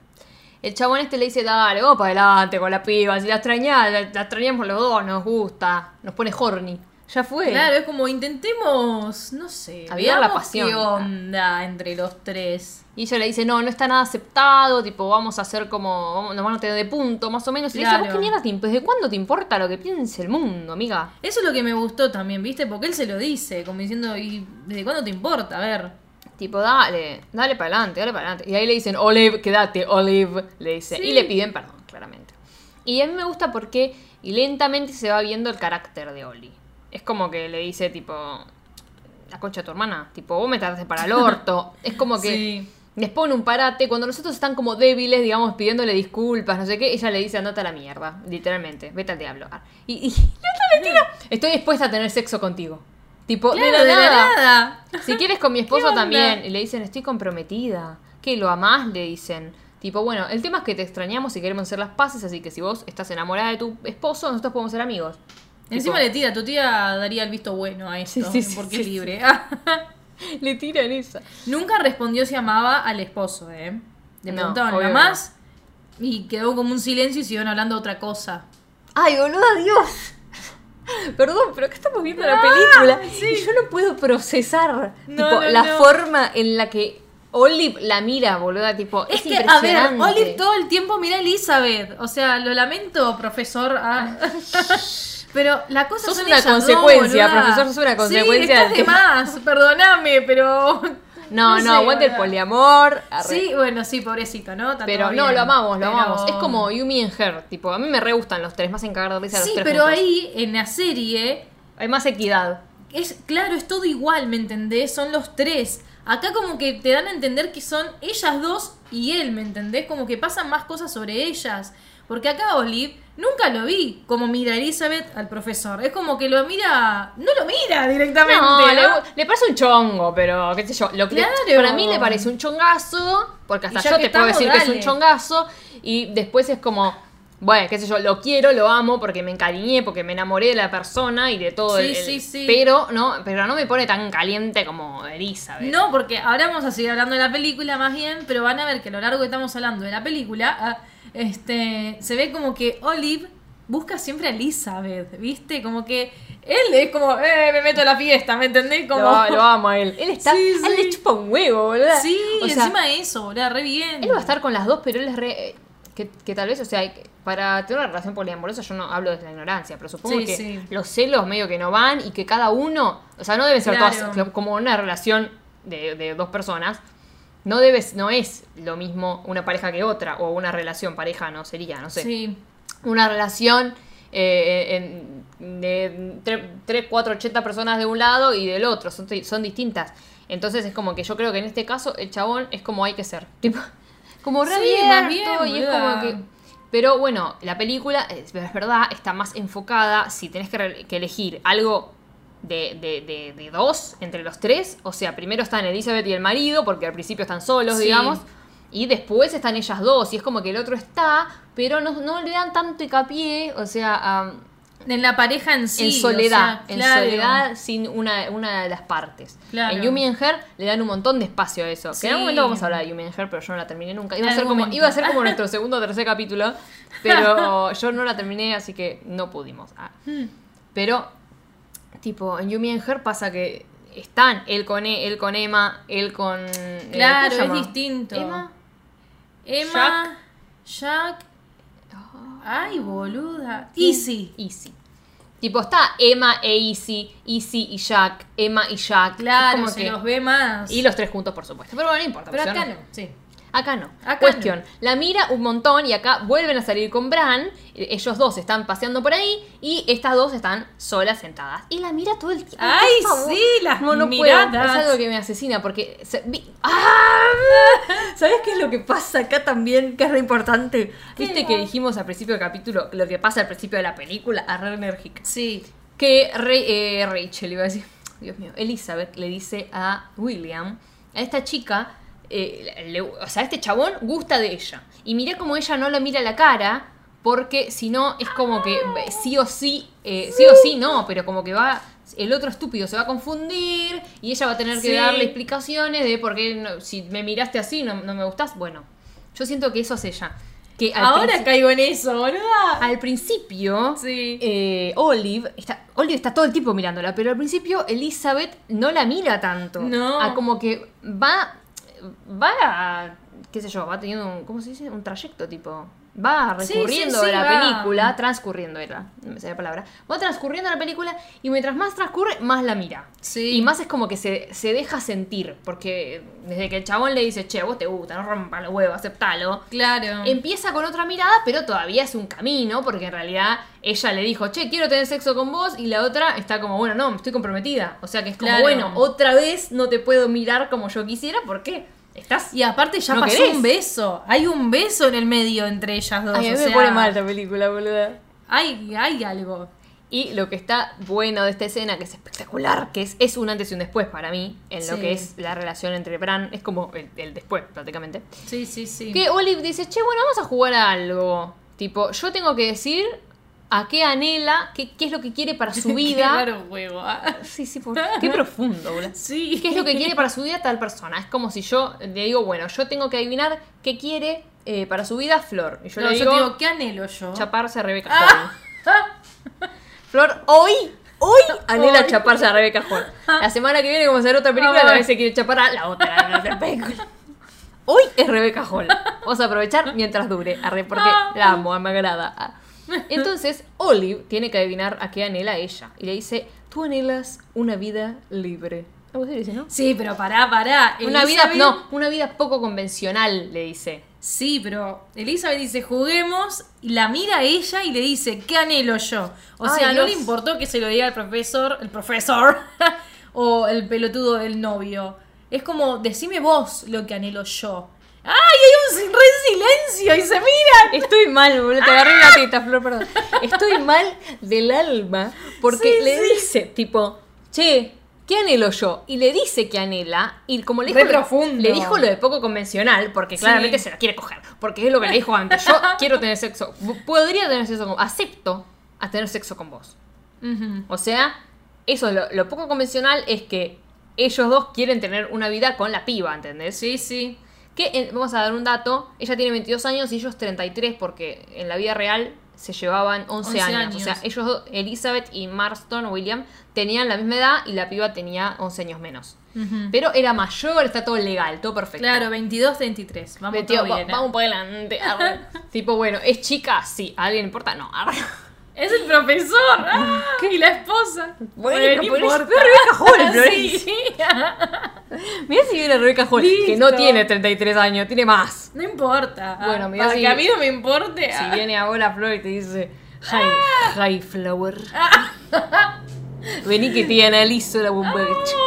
Speaker 1: El chabón este le dice, dale, vos para adelante con la piba, si la extrañás, la, la extrañamos los dos, nos gusta, nos pone horny. Ya fue.
Speaker 2: Claro, es como intentemos, no sé,
Speaker 1: Avivar la
Speaker 2: veamos
Speaker 1: pasión.
Speaker 2: qué onda entre los tres.
Speaker 1: Y ella le dice, no, no está nada aceptado, tipo, vamos a hacer como, vamos- nos van a tener de punto, más o menos. Y le dice,
Speaker 2: Claro.
Speaker 1: ¿vos qué mierda te imp- ¿Desde cuándo te importa lo que piense el mundo, amiga?
Speaker 2: Eso es lo que me gustó también, ¿viste? Porque él se lo dice, como diciendo, ¿y desde cuándo te importa? A ver.
Speaker 1: Tipo, dale, dale para adelante, dale para adelante. Y ahí le dicen, Olive, quédate, Olive, le dice.
Speaker 2: Sí.
Speaker 1: Y le piden perdón, claramente. Y a mí me gusta porque lentamente se va viendo el carácter de Oli. Es como que le dice, tipo, la concha de tu hermana, tipo, vos me trataste para el orto. es como que
Speaker 2: Sí.
Speaker 1: les pone un parate. Cuando nosotros están como débiles, digamos, pidiéndole disculpas, no sé qué, ella le dice, andate a la mierda, literalmente, vete al diablo. Ah, Y, y la otra mentira, estoy dispuesta a tener sexo contigo. Tipo, de la
Speaker 2: Claro, de la
Speaker 1: nada.
Speaker 2: nada.
Speaker 1: Si quieres con mi esposo
Speaker 2: onda?
Speaker 1: también. Y le dicen, estoy comprometida. Que lo amás, le dicen. Tipo, bueno, el tema es que te extrañamos y queremos hacer las paces, así que si vos estás enamorada de tu esposo, nosotros podemos ser amigos.
Speaker 2: Encima le tira, tu tía daría el visto bueno a esto,
Speaker 1: Sí, sí, sí,
Speaker 2: porque
Speaker 1: sí,
Speaker 2: es
Speaker 1: sí.
Speaker 2: libre.
Speaker 1: le, tiran esa.
Speaker 2: Nunca respondió si amaba al esposo, ¿eh? Le
Speaker 1: No,
Speaker 2: preguntaban
Speaker 1: obvio
Speaker 2: nada más y quedó como un silencio y siguieron hablando de otra cosa.
Speaker 1: Ay, boluda, Dios. Perdón, pero acá estamos viendo la película. Y yo no puedo procesar
Speaker 2: No,
Speaker 1: tipo,
Speaker 2: no,
Speaker 1: la
Speaker 2: no.
Speaker 1: forma en la que Olive la mira, boluda. Tipo, es,
Speaker 2: Es, que, a ver,
Speaker 1: impresionante.
Speaker 2: Olive todo el tiempo mira a Elizabeth. O sea, lo lamento, profesor. ah. Pero la cosa
Speaker 1: Sos
Speaker 2: son
Speaker 1: una
Speaker 2: ellas dos,
Speaker 1: consecuencia,
Speaker 2: boluda.
Speaker 1: profesor, sos una consecuencia
Speaker 2: Sí, estás
Speaker 1: del
Speaker 2: de
Speaker 1: tema.
Speaker 2: más, perdóname, pero...
Speaker 1: No, no,
Speaker 2: sé,
Speaker 1: aguante el
Speaker 2: boluda.
Speaker 1: poliamor. Arre.
Speaker 2: Sí, bueno, sí, pobrecito, ¿no? Está
Speaker 1: Pero
Speaker 2: todo
Speaker 1: no,
Speaker 2: bien,
Speaker 1: lo amamos, lo
Speaker 2: pero-
Speaker 1: amamos. Es como Yumi en Her, tipo, a mí me re gustan los tres, más en cagar de risa los
Speaker 2: Sí,
Speaker 1: tres.
Speaker 2: pero
Speaker 1: juntos.
Speaker 2: ahí, en la serie,
Speaker 1: Hay más equidad.
Speaker 2: es claro, es todo igual, ¿me entendés? Son los tres. Acá como que te dan a entender que son ellas dos y él, ¿me entendés? Como que pasan más cosas sobre ellas. Porque acá Olive nunca lo vi como mira a Elizabeth al profesor. Es como que lo mira... No lo mira directamente.
Speaker 1: No, le,
Speaker 2: ¿no?
Speaker 1: le parece un chongo, pero qué sé yo. Lo que
Speaker 2: Claro.
Speaker 1: para mí le parece un chongazo, porque hasta
Speaker 2: Y ya
Speaker 1: yo
Speaker 2: que
Speaker 1: te puedo
Speaker 2: estamos,
Speaker 1: decir que es
Speaker 2: dale.
Speaker 1: un chongazo. Y después es como, bueno, qué sé yo, lo quiero, lo amo, porque me encariñé, porque me enamoré de la persona y de todo
Speaker 2: Sí,
Speaker 1: el- el-
Speaker 2: sí, sí.
Speaker 1: Pero no, pero no me pone tan caliente como Elizabeth.
Speaker 2: No, porque ahora vamos a seguir hablando de la película más bien, pero van a ver que a lo largo que estamos hablando de la película, ah, este, se ve como que Olive busca siempre a Elizabeth, ¿viste? Como que él es como, eh, me meto a la fiesta, ¿me entendés? Como...
Speaker 1: lo, lo amo a él. Él está,
Speaker 2: Sí,
Speaker 1: a él
Speaker 2: sí.
Speaker 1: le chupa un huevo, ¿verdad?
Speaker 2: Sí,
Speaker 1: O sea,
Speaker 2: encima de eso, boludo, re bien.
Speaker 1: Él va a estar con las dos, pero él es re. eh, Que, que tal vez, o sea, hay que- para tener una relación poliamorosa, yo no hablo desde la ignorancia, pero supongo
Speaker 2: Sí,
Speaker 1: que
Speaker 2: sí.
Speaker 1: los celos medio que no van y que cada uno. O sea, no deben ser
Speaker 2: Claro.
Speaker 1: todas. Como una relación de, de dos personas, no debes no es lo mismo una pareja que otra, o una relación pareja, no sería, no sé.
Speaker 2: Sí.
Speaker 1: Una relación. eh, en- de 3, 4, 80 personas de un lado y del otro, son, son distintas. Entonces es como que yo creo que en este caso el chabón es como hay que ser. Tipo, como re
Speaker 2: Sí,
Speaker 1: abierto
Speaker 2: más bien,
Speaker 1: y es como
Speaker 2: boluda.
Speaker 1: que pero bueno la película eh, es, es verdad está más enfocada si tenés que, re- que elegir algo de, de- de- de dos entre los tres o sea primero están Elizabeth y el marido porque al principio están solos
Speaker 2: Sí.
Speaker 1: digamos y después están ellas dos y es como que el otro está pero no, no le dan tanto hincapié o sea a-
Speaker 2: En la pareja en sí.
Speaker 1: en
Speaker 2: o
Speaker 1: soledad,
Speaker 2: sea,
Speaker 1: en
Speaker 2: claro.
Speaker 1: soledad sin una, una de las partes.
Speaker 2: Claro.
Speaker 1: En Yumi and Her le dan un montón de espacio a eso. Que en algún
Speaker 2: Sí.
Speaker 1: momento vamos a hablar de Yumi and Her, pero yo no la terminé nunca. Iba
Speaker 2: En
Speaker 1: a ser
Speaker 2: algún
Speaker 1: como,
Speaker 2: momento.
Speaker 1: iba a ser como nuestro segundo o tercer capítulo, pero yo no la terminé, así que no pudimos. Ah.
Speaker 2: Hmm.
Speaker 1: Pero, tipo, en Yumi and Her pasa que están él con, e- él con Emma, él con... eh, ¿cómo
Speaker 2: Claro,
Speaker 1: se
Speaker 2: es
Speaker 1: llama?
Speaker 2: distinto.
Speaker 1: ¿Emma?
Speaker 2: Emma, Jack. Ay, boluda. Easy.
Speaker 1: Easy. Tipo, está Emma e Easy, Easy y Jack, Emma y Jack. Es
Speaker 2: Claro,
Speaker 1: como
Speaker 2: se
Speaker 1: que-
Speaker 2: los ve más.
Speaker 1: Y los tres juntos, por supuesto. Pero bueno, no importa.
Speaker 2: Pero
Speaker 1: porque
Speaker 2: acá
Speaker 1: yo
Speaker 2: no, sí.
Speaker 1: Acá no.
Speaker 2: Acá
Speaker 1: Cuestión, la mira un montón y acá vuelven a salir con Bran. Eh, Ellos dos están paseando por ahí y estas dos están solas sentadas. Y la mira todo el tiempo. por
Speaker 2: Ay,
Speaker 1: favor.
Speaker 2: sí, las
Speaker 1: No, no puedo.
Speaker 2: miradas.
Speaker 1: Es algo que me asesina porque... se- vi- ¡Ah!
Speaker 4: ¿Sabes qué es lo que pasa acá también? Que es re importante.
Speaker 1: ¿Viste que dijimos al principio del capítulo lo que pasa al principio de la película? A re enérgica.
Speaker 2: Sí.
Speaker 1: Que Re- eh, Rachel, iba a decir, Dios mío, Elizabeth le dice a William, a esta chica, eh, le- o sea, este chabón gusta de ella. Y mirá como ella no le mira la cara, porque si no es como que eh, sí o sí, eh, sí o sí no, pero como que va, el otro estúpido se va a confundir y ella va a tener que
Speaker 2: Sí.
Speaker 1: darle explicaciones de por qué no- si me miraste así no, no me gustás. Bueno, yo siento que eso es ella. Que al
Speaker 2: Ahora
Speaker 1: principi-
Speaker 2: caigo en eso, boluda.
Speaker 1: al principio,
Speaker 2: Sí.
Speaker 1: eh, Olive, está, Olive está todo el tiempo mirándola, pero al principio Elizabeth no la mira tanto.
Speaker 2: No.
Speaker 1: Ah, como que va, va a, qué sé yo, va teniendo un, ¿cómo se dice? Un trayecto tipo. Va
Speaker 2: Sí, sí,
Speaker 1: recurriendo
Speaker 2: sí,
Speaker 1: de la
Speaker 2: va.
Speaker 1: película, transcurriendo era, no me sale la palabra. Va transcurriendo la película y mientras más transcurre, más la mira.
Speaker 2: Sí.
Speaker 1: Y más es como que se, se deja sentir, porque desde que el chabón le dice, che, vos te gusta, no rompa los huevos, aceptalo.
Speaker 2: Claro.
Speaker 1: Empieza con otra mirada, pero todavía es un camino, porque en realidad ella le dijo, che, quiero tener sexo con vos, y la otra está como, bueno, no, estoy comprometida. O sea que es como,
Speaker 2: Claro.
Speaker 1: bueno, otra vez no te puedo mirar como yo quisiera, porque estás...
Speaker 2: Y aparte ya
Speaker 1: ¿No
Speaker 2: pasó
Speaker 1: querés?
Speaker 2: un beso. Hay un beso en el medio entre ellas dos. o sea,
Speaker 1: película, boluda.
Speaker 2: Hay, hay algo.
Speaker 1: Y lo que está bueno de esta escena, que es espectacular, que es, es un antes y un después para mí, en lo
Speaker 2: Sí.
Speaker 1: que es la relación entre Bran, es como el- el después prácticamente.
Speaker 2: Sí, sí, sí.
Speaker 1: Que Olive dice, che, bueno, vamos a jugar a algo. Tipo, yo tengo que decir a qué anhela, qué, qué es lo que quiere para su vida.
Speaker 2: Qué raro juego. ah.
Speaker 1: Sí, sí, por- qué profundo, boludo.
Speaker 2: Sí.
Speaker 1: ¿Qué es lo que quiere para su vida tal persona? Es como si yo le digo, bueno, yo tengo que adivinar qué quiere eh, para su vida Flor. Y yo
Speaker 2: No,
Speaker 1: le
Speaker 2: yo
Speaker 1: digo,
Speaker 2: te digo, ¿qué anhelo yo?
Speaker 1: chaparse a Rebeca Hall.
Speaker 2: Ah.
Speaker 1: Flor, hoy, hoy anhela
Speaker 2: Hoy.
Speaker 1: chaparse a Rebeca Hall. La semana que viene, como será otra película, la
Speaker 2: Ah, bueno.
Speaker 1: vez se quiere chapar a la otra, a la otra película. Hoy es Rebeca Hall. Vamos a aprovechar mientras dure, arre, porque
Speaker 2: Ah.
Speaker 1: la amo, me agrada. Ah. Entonces, Olive tiene que adivinar a qué anhela ella. Y le dice, tú anhelas una vida libre. Algo así le dice, ¿no?
Speaker 2: Sí, pero pará, pará.
Speaker 1: Una vida,
Speaker 2: Elizabeth-
Speaker 1: no, una vida poco convencional, le dice.
Speaker 2: Sí, pero Elizabeth dice, juguemos, y la mira a ella y le dice, ¿qué anhelo yo? O
Speaker 1: Ay,
Speaker 2: sea, no le
Speaker 1: Dios.
Speaker 2: importó que se lo diga el profesor, el profesor, o el pelotudo del novio. Es como, decime vos lo que anhelo yo. ¡Ay, hay un sin- re silencio y se miran!
Speaker 1: Estoy mal, boludo. Te agarré una teta, Flor, perdón. Estoy mal del alma porque
Speaker 2: Sí,
Speaker 1: le
Speaker 2: sí.
Speaker 1: dice, tipo, che, ¿qué anhelo yo? Y le dice que anhela. Y como le
Speaker 2: Re
Speaker 1: dijo, lo-
Speaker 2: profundo.
Speaker 1: le dijo lo de poco convencional, porque
Speaker 2: Sí.
Speaker 1: claramente se la quiere coger. Porque es lo que le dijo antes. Yo quiero tener sexo. Podría tener sexo con Acepto a tener sexo con vos.
Speaker 2: Ujú.
Speaker 1: O sea, eso es lo, lo poco convencional es que ellos dos quieren tener una vida con la piba, ¿entendés?
Speaker 2: Sí, sí.
Speaker 1: Que eh, vamos a dar un dato, ella tiene 22 años y ellos 33 porque en la vida real se llevaban 11,
Speaker 2: 11
Speaker 1: años. O
Speaker 2: años.
Speaker 1: sea, ellos, dos, Elizabeth y Marston William, tenían la misma edad y la piba tenía 11 años menos. Pero era mayor, está todo legal, todo perfecto.
Speaker 2: Claro, 22, 23. Vamos
Speaker 1: Ve, tío,
Speaker 2: todo
Speaker 1: va-
Speaker 2: bien, ¿eh?
Speaker 1: vamos para adelante. arre. tipo, bueno, ¿es chica? Sí. ¿A alguien importa? No. arre.
Speaker 2: Es el profesor. ¡ah! Y la esposa.
Speaker 1: Bueno,
Speaker 2: no
Speaker 1: pero es-
Speaker 2: importa.
Speaker 1: pero Rebeca Hall, Flor.
Speaker 2: Sí, sí.
Speaker 1: Mirá si viene Rebeca Hall, que no
Speaker 2: Listo.
Speaker 1: tiene 33 años, tiene más.
Speaker 2: No importa. Ah,
Speaker 1: Bueno, mirá
Speaker 2: para
Speaker 1: si-
Speaker 2: que a mí no me importe.
Speaker 1: Si
Speaker 2: ah.
Speaker 1: viene ahora Flor y te dice, hi, hi flower. Ah. Vení que te analizo la bombacha.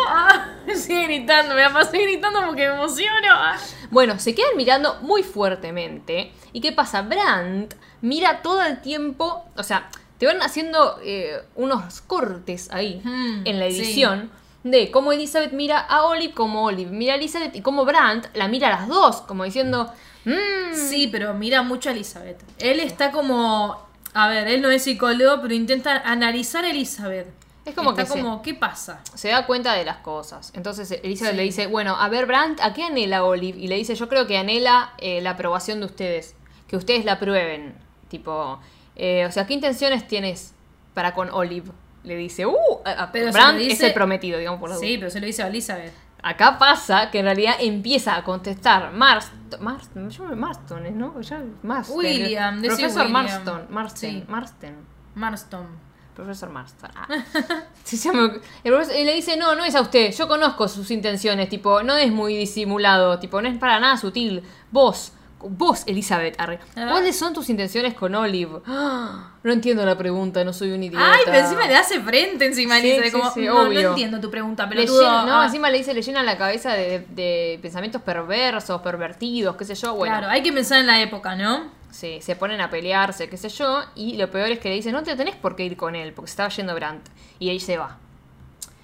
Speaker 2: Ah, Estoy gritando, me la pasé gritando porque me emociono. Ah.
Speaker 1: Bueno, se quedan mirando muy fuertemente. ¿Y qué pasa? Brandt mira todo el tiempo, o sea, te van haciendo eh, unos cortes ahí
Speaker 2: Hmm,
Speaker 1: en la
Speaker 2: sí.
Speaker 1: edición. De cómo Elizabeth mira a Olive, cómo Olive mira a Elizabeth y cómo Brandt la mira a las dos, como diciendo, "Mm,
Speaker 2: Sí, pero mira mucho a Elizabeth. Él está como. A ver, él no es psicólogo, pero intenta analizar a Elizabeth.
Speaker 1: Es como
Speaker 2: está
Speaker 1: que se-
Speaker 2: como, ¿qué pasa?
Speaker 1: se da cuenta de las cosas. Entonces Elizabeth
Speaker 2: Sí.
Speaker 1: le dice, bueno, a ver, Brandt, ¿a qué anhela Olive? Y le dice, yo creo que anhela eh, la aprobación de ustedes, que ustedes la aprueben. Tipo, eh, o sea, ¿qué intenciones tienes para con Olive? Le dice, uh, a- a-
Speaker 2: Pero se
Speaker 1: Brandt
Speaker 2: lo dice-
Speaker 1: es el prometido, digamos por la
Speaker 2: Sí,
Speaker 1: duda.
Speaker 2: pero se lo dice a Elizabeth.
Speaker 1: Acá pasa que en realidad empieza a contestar Marston, Marston, yo me- Marston, ¿no? Ya- Marston.
Speaker 2: William, decí
Speaker 1: Profesor
Speaker 2: William.
Speaker 1: Marston, Marston,
Speaker 2: Sí.
Speaker 1: Marston.
Speaker 2: Marston.
Speaker 1: Profesor Marston. Ah. Se llama- el profesor- y le dice, no, no es a usted, yo conozco sus intenciones, tipo, no es muy disimulado, tipo, no es para nada sutil. Vos, vos, Elizabeth, arre,
Speaker 2: Ah.
Speaker 1: ¿cuáles son tus intenciones con Olive? Ah, No entiendo la pregunta, no soy un idiota.
Speaker 2: Ay, pero encima le hace frente encima,
Speaker 1: Sí,
Speaker 2: Lisa,
Speaker 1: sí,
Speaker 2: de como,
Speaker 1: sí,
Speaker 2: no, no
Speaker 1: obvio.
Speaker 2: entiendo tu pregunta,
Speaker 1: Le
Speaker 2: pelotudo.
Speaker 1: llena- no,
Speaker 2: Ah,
Speaker 1: encima le dice, le llenan la cabeza de, de pensamientos perversos, pervertidos, qué sé yo, bueno.
Speaker 2: Claro, hay que pensar en la época, ¿no?
Speaker 1: se, se ponen a pelearse, qué sé yo, y lo peor es que le dicen, no te tenés por qué ir con él, porque se estaba yendo Brandt. Y ahí se va.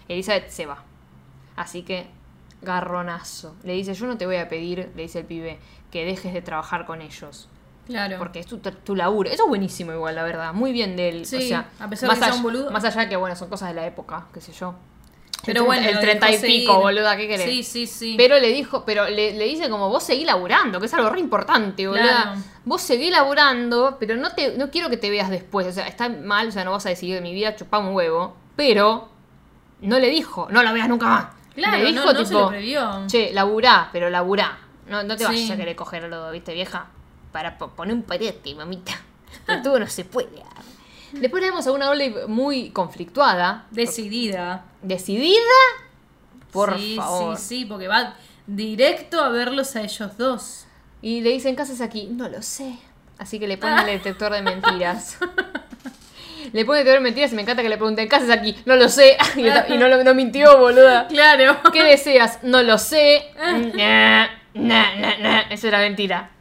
Speaker 1: Elizabeth se va. Así que, garronazo. Le dice, yo no te voy a pedir, le dice el pibe, que dejes de trabajar con ellos.
Speaker 2: Claro.
Speaker 1: Porque es tu, tu laburo. Eso es buenísimo igual, la verdad. Muy bien de él.
Speaker 2: Sí,
Speaker 1: o sea,
Speaker 2: a pesar de
Speaker 1: más
Speaker 2: que sea
Speaker 1: allá-
Speaker 2: un boludo.
Speaker 1: Más allá que, bueno, son cosas de la época, qué sé yo.
Speaker 2: Pero
Speaker 1: el,
Speaker 2: bueno,
Speaker 1: el
Speaker 2: lo
Speaker 1: 30 y
Speaker 2: dejó
Speaker 1: pico,
Speaker 2: seguir.
Speaker 1: boluda, ¿qué querés?
Speaker 2: Sí, sí, sí.
Speaker 1: Pero le dijo, pero le, le dice como vos seguí laburando, que es algo re importante, boluda.
Speaker 2: Claro.
Speaker 1: Vos seguí laburando, pero no te, no quiero que te veas después. O sea, está mal, o sea, no vas a decidir de mi vida, chupá un huevo. Pero no le dijo, no lo veas nunca más.
Speaker 2: Claro,
Speaker 1: le
Speaker 2: no-
Speaker 1: dijo
Speaker 2: no se
Speaker 1: tipo,
Speaker 2: lo previó.
Speaker 1: Che, laburá, pero laburá. No, no te
Speaker 2: Sí.
Speaker 1: vayas a querer cogerlo, viste, vieja. Para po- poner un parete, mamita. Pero todo no se puede. Después le vemos a una Olive muy conflictuada,
Speaker 2: Decidida.
Speaker 1: decidida. Por
Speaker 2: sí,
Speaker 1: favor.
Speaker 2: Sí, sí, porque va directo a verlos a ellos dos.
Speaker 1: Y le dicen, ¿qué haces aquí? No lo sé. Así que le ponen el detector de mentiras. le ponen el detector de mentiras y me encanta que le pregunten, ¿qué haces aquí? No lo sé. y esta- y no, lo- no mintió, boluda.
Speaker 2: Claro.
Speaker 1: ¿Qué deseas? No lo sé. Nah, nah, nah, nah. Eso era mentira.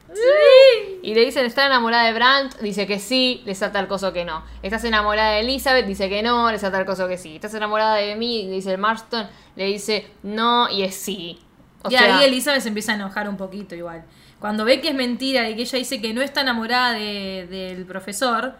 Speaker 1: Y le dicen, ¿estás enamorada de Brandt? Dice que sí, le salta el coso que no. ¿Estás enamorada de Elizabeth? Dice que no, le salta el coso que sí. ¿Estás enamorada de mí? Le dice el Marston, le dice no y es sí. O
Speaker 2: y
Speaker 1: sea,
Speaker 2: ahí Elizabeth se empieza a enojar un poquito igual. Cuando ve que es mentira y que ella dice que no está enamorada de- del profesor,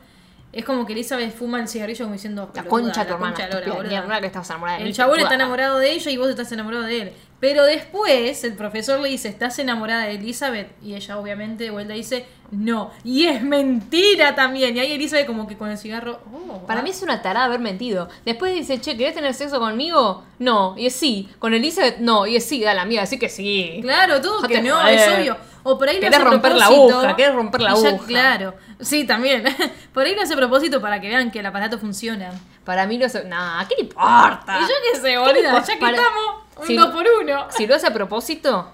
Speaker 2: es como que Elizabeth fuma el cigarrillo como diciendo...
Speaker 1: La
Speaker 2: "Pelotuda,
Speaker 1: concha de tu
Speaker 2: la
Speaker 1: hermana.
Speaker 2: concha de la
Speaker 1: estúpida
Speaker 2: hora, boluda".
Speaker 1: mierda que estabas enamorada de mí,
Speaker 2: El chabón
Speaker 1: pelotuda.
Speaker 2: está enamorado de ella y vos estás enamorado de él. Pero después el profesor le dice, ¿estás enamorada de Elizabeth? Y ella obviamente de vuelta dice, no. Y es mentira también. Y ahí Elizabeth como que con el cigarro... "Oh,
Speaker 1: Para
Speaker 2: ah".
Speaker 1: mí es una tarada haber mentido. Después dice, che, ¿querés tener sexo conmigo? No, y es sí. Con Elizabeth, no, y es sí. Dale, amiga, así que sí.
Speaker 2: Claro, todo
Speaker 1: Dejate
Speaker 2: que no,
Speaker 1: joder.
Speaker 2: es obvio. O por ahí lo
Speaker 1: Querés
Speaker 2: hace a
Speaker 1: romper la
Speaker 2: propósito,
Speaker 1: aguja, querés romper la
Speaker 2: y ya,
Speaker 1: aguja.
Speaker 2: Claro, sí, también. por ahí lo hace a propósito para que vean que el aparato funciona.
Speaker 1: Para mí no se... Nah, ¿qué le importa?
Speaker 2: Y yo qué sé, boluda,
Speaker 1: importa?
Speaker 2: ya que
Speaker 1: Para-
Speaker 2: estamos, un
Speaker 1: Sí.
Speaker 2: dos por uno.
Speaker 1: Si lo hace a propósito,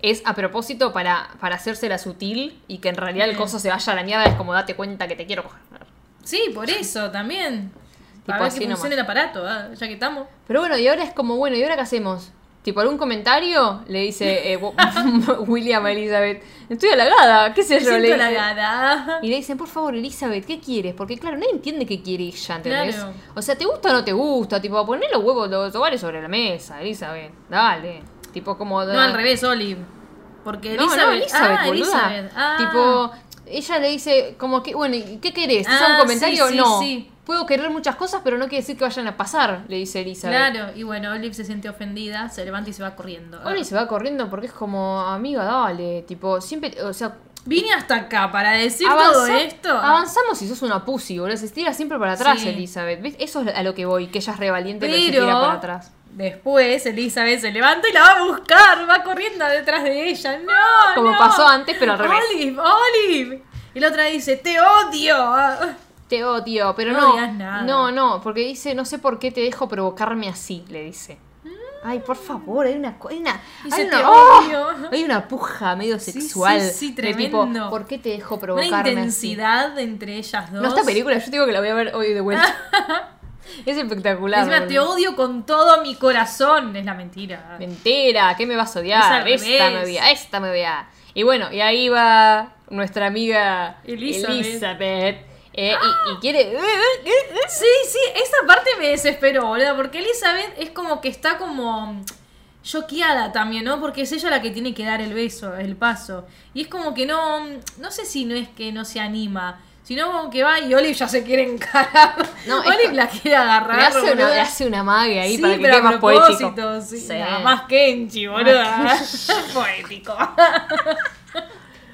Speaker 1: es a propósito para, para hacérsela sutil y que en realidad el
Speaker 2: Mm.
Speaker 1: coso se vaya a la mierda. Es como date cuenta que te quiero coger.
Speaker 2: Sí, por eso también. Para
Speaker 1: Tipo
Speaker 2: ver
Speaker 1: así
Speaker 2: que
Speaker 1: nomás.
Speaker 2: funcione el aparato, ah, ya que estamos.
Speaker 1: Pero bueno, y ahora es como, bueno, ¿y ahora qué hacemos? Tipo, algún comentario le dice eh, William a Elizabeth. Estoy halagada, qué sé
Speaker 2: Me
Speaker 1: yo. le
Speaker 2: siento
Speaker 1: dice.
Speaker 2: halagada.
Speaker 1: Y le dicen, por favor, Elizabeth, ¿qué quieres? Porque, claro, nadie entiende qué quiere ella, ¿entendés?
Speaker 2: Claro.
Speaker 1: O sea, ¿te gusta o no te gusta? Tipo, poner los huevos, los ovarios sobre la mesa, Elizabeth. Dale. Tipo, como...
Speaker 2: No, al revés, Olive. Porque
Speaker 1: No,
Speaker 2: Elizabeth.
Speaker 1: no, Elizabeth,
Speaker 2: ah,
Speaker 1: boluda.
Speaker 2: Elizabeth. Ah.
Speaker 1: Tipo, ella le dice, como que, bueno, ¿y ¿qué querés? ¿Es
Speaker 2: Ah,
Speaker 1: un comentario?
Speaker 2: sí, sí,
Speaker 1: no.
Speaker 2: sí.
Speaker 1: Puedo querer muchas cosas, pero no quiere decir que vayan a pasar, le dice Elizabeth.
Speaker 2: Claro, y bueno, Olive se siente ofendida, se levanta y se va corriendo. Ah.
Speaker 1: Ahora y se va corriendo porque es como, amiga, dale. Tipo, siempre, o sea,
Speaker 2: Vine hasta acá para decir
Speaker 1: Avanza-
Speaker 2: todo esto.
Speaker 1: Avanzamos si sos una pussy, boludo. Se estira siempre para atrás,
Speaker 2: Sí.
Speaker 1: Elizabeth. ¿Ves? Eso es a lo que voy, que ella es revaliente pero se
Speaker 2: Pero
Speaker 1: tira para atrás.
Speaker 2: después Elizabeth se levanta y la va a buscar, va corriendo detrás de ella. No,
Speaker 1: Como
Speaker 2: no.
Speaker 1: pasó antes, pero al revés.
Speaker 2: Olive, Olive. Y la otra dice, te odio. Ah,
Speaker 1: Te odio, pero
Speaker 2: No
Speaker 1: no.
Speaker 2: digas nada.
Speaker 1: No, no, porque dice, no sé por qué te dejo provocarme así, le dice. Ay, por favor, hay una. co- Hay una,
Speaker 2: Dice,
Speaker 1: hay, una
Speaker 2: Mm. "Te
Speaker 1: ¡Oh!
Speaker 2: odio".
Speaker 1: hay una puja medio
Speaker 2: Sí, sí,
Speaker 1: sexual.
Speaker 2: sí,
Speaker 1: de tipo,
Speaker 2: tremendo.
Speaker 1: ¿Por qué te dejo
Speaker 2: Una
Speaker 1: provocarme así?
Speaker 2: intensidad entre ellas dos.
Speaker 1: No, esta película, yo digo que la voy a ver hoy de vuelta. es espectacular.
Speaker 2: Encima te
Speaker 1: boludo.
Speaker 2: odio con todo mi corazón. Es la mentira.
Speaker 1: Mentira, ¿qué me vas a
Speaker 2: Es
Speaker 1: odiar?
Speaker 2: al
Speaker 1: Esta me
Speaker 2: revés.
Speaker 1: odia, esta me odia. Y bueno, y ahí va nuestra amiga
Speaker 2: Elizabeth. ¡Ah!
Speaker 1: Elizabeth, eh, y, y quiere.
Speaker 2: Sí, sí, esa parte me desesperó, boludo, porque Elizabeth es como que está como mm, choqueada también, ¿no? Porque es ella la que tiene que dar el beso, el paso. Y es como que no, mm, no sé si no es que no se anima, sino como que va y Olive ya se quiere encarar.
Speaker 1: No, es
Speaker 2: Olive
Speaker 1: co-
Speaker 2: la quiere agarrar,
Speaker 1: Le hace, una,
Speaker 2: boluda.
Speaker 1: le hace una magia ahí
Speaker 2: Sí,
Speaker 1: para que
Speaker 2: pero
Speaker 1: quede
Speaker 2: a
Speaker 1: más poético.
Speaker 2: propósito, sí,
Speaker 1: Sí.
Speaker 2: nada más Kenchi, boluda. poético.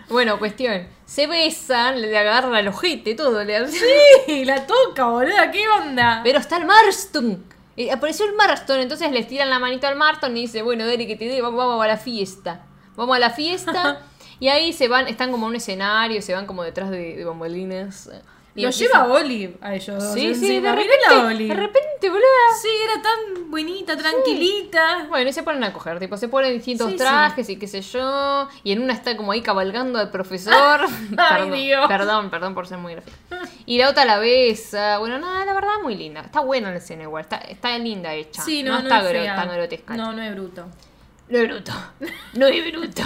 Speaker 1: Bueno, cuestión. Se besan, le agarra el ojete, todo. Le hace-
Speaker 2: Sí, la toca, boluda, ¿qué onda?
Speaker 1: Pero está el Marston. Eh, apareció el Marston, entonces le tiran la manito al Marston y dice, bueno, dale que te dé, vamos, vamos a la fiesta. Vamos a la fiesta. y ahí se van, están como en un escenario, se van como detrás de, de bambolines. Y
Speaker 2: Lo
Speaker 1: empieza-
Speaker 2: lleva Olive a ellos dos.
Speaker 1: Sí, sí, de
Speaker 2: encima.
Speaker 1: repente,
Speaker 2: Miren la
Speaker 1: de
Speaker 2: Olive.
Speaker 1: repente, boluda.
Speaker 2: Sí, era tan buenita, tranquilita.
Speaker 1: Bueno, y se ponen a coger, tipo, se ponen distintos
Speaker 2: Sí, sí.
Speaker 1: trajes y qué sé yo. Y en una está como ahí cabalgando al profesor. perdón,
Speaker 2: Dios.
Speaker 1: perdón, perdón por ser muy gráfica. Y la otra la besa. Bueno, nada, la verdad, muy linda. Está buena la escena igual, está, está linda hecha.
Speaker 2: Sí, no, no,
Speaker 1: está
Speaker 2: es
Speaker 1: gro-
Speaker 2: fea.
Speaker 1: tan grotesca.
Speaker 2: No, no es bruto.
Speaker 1: No es bruto. No es bruto.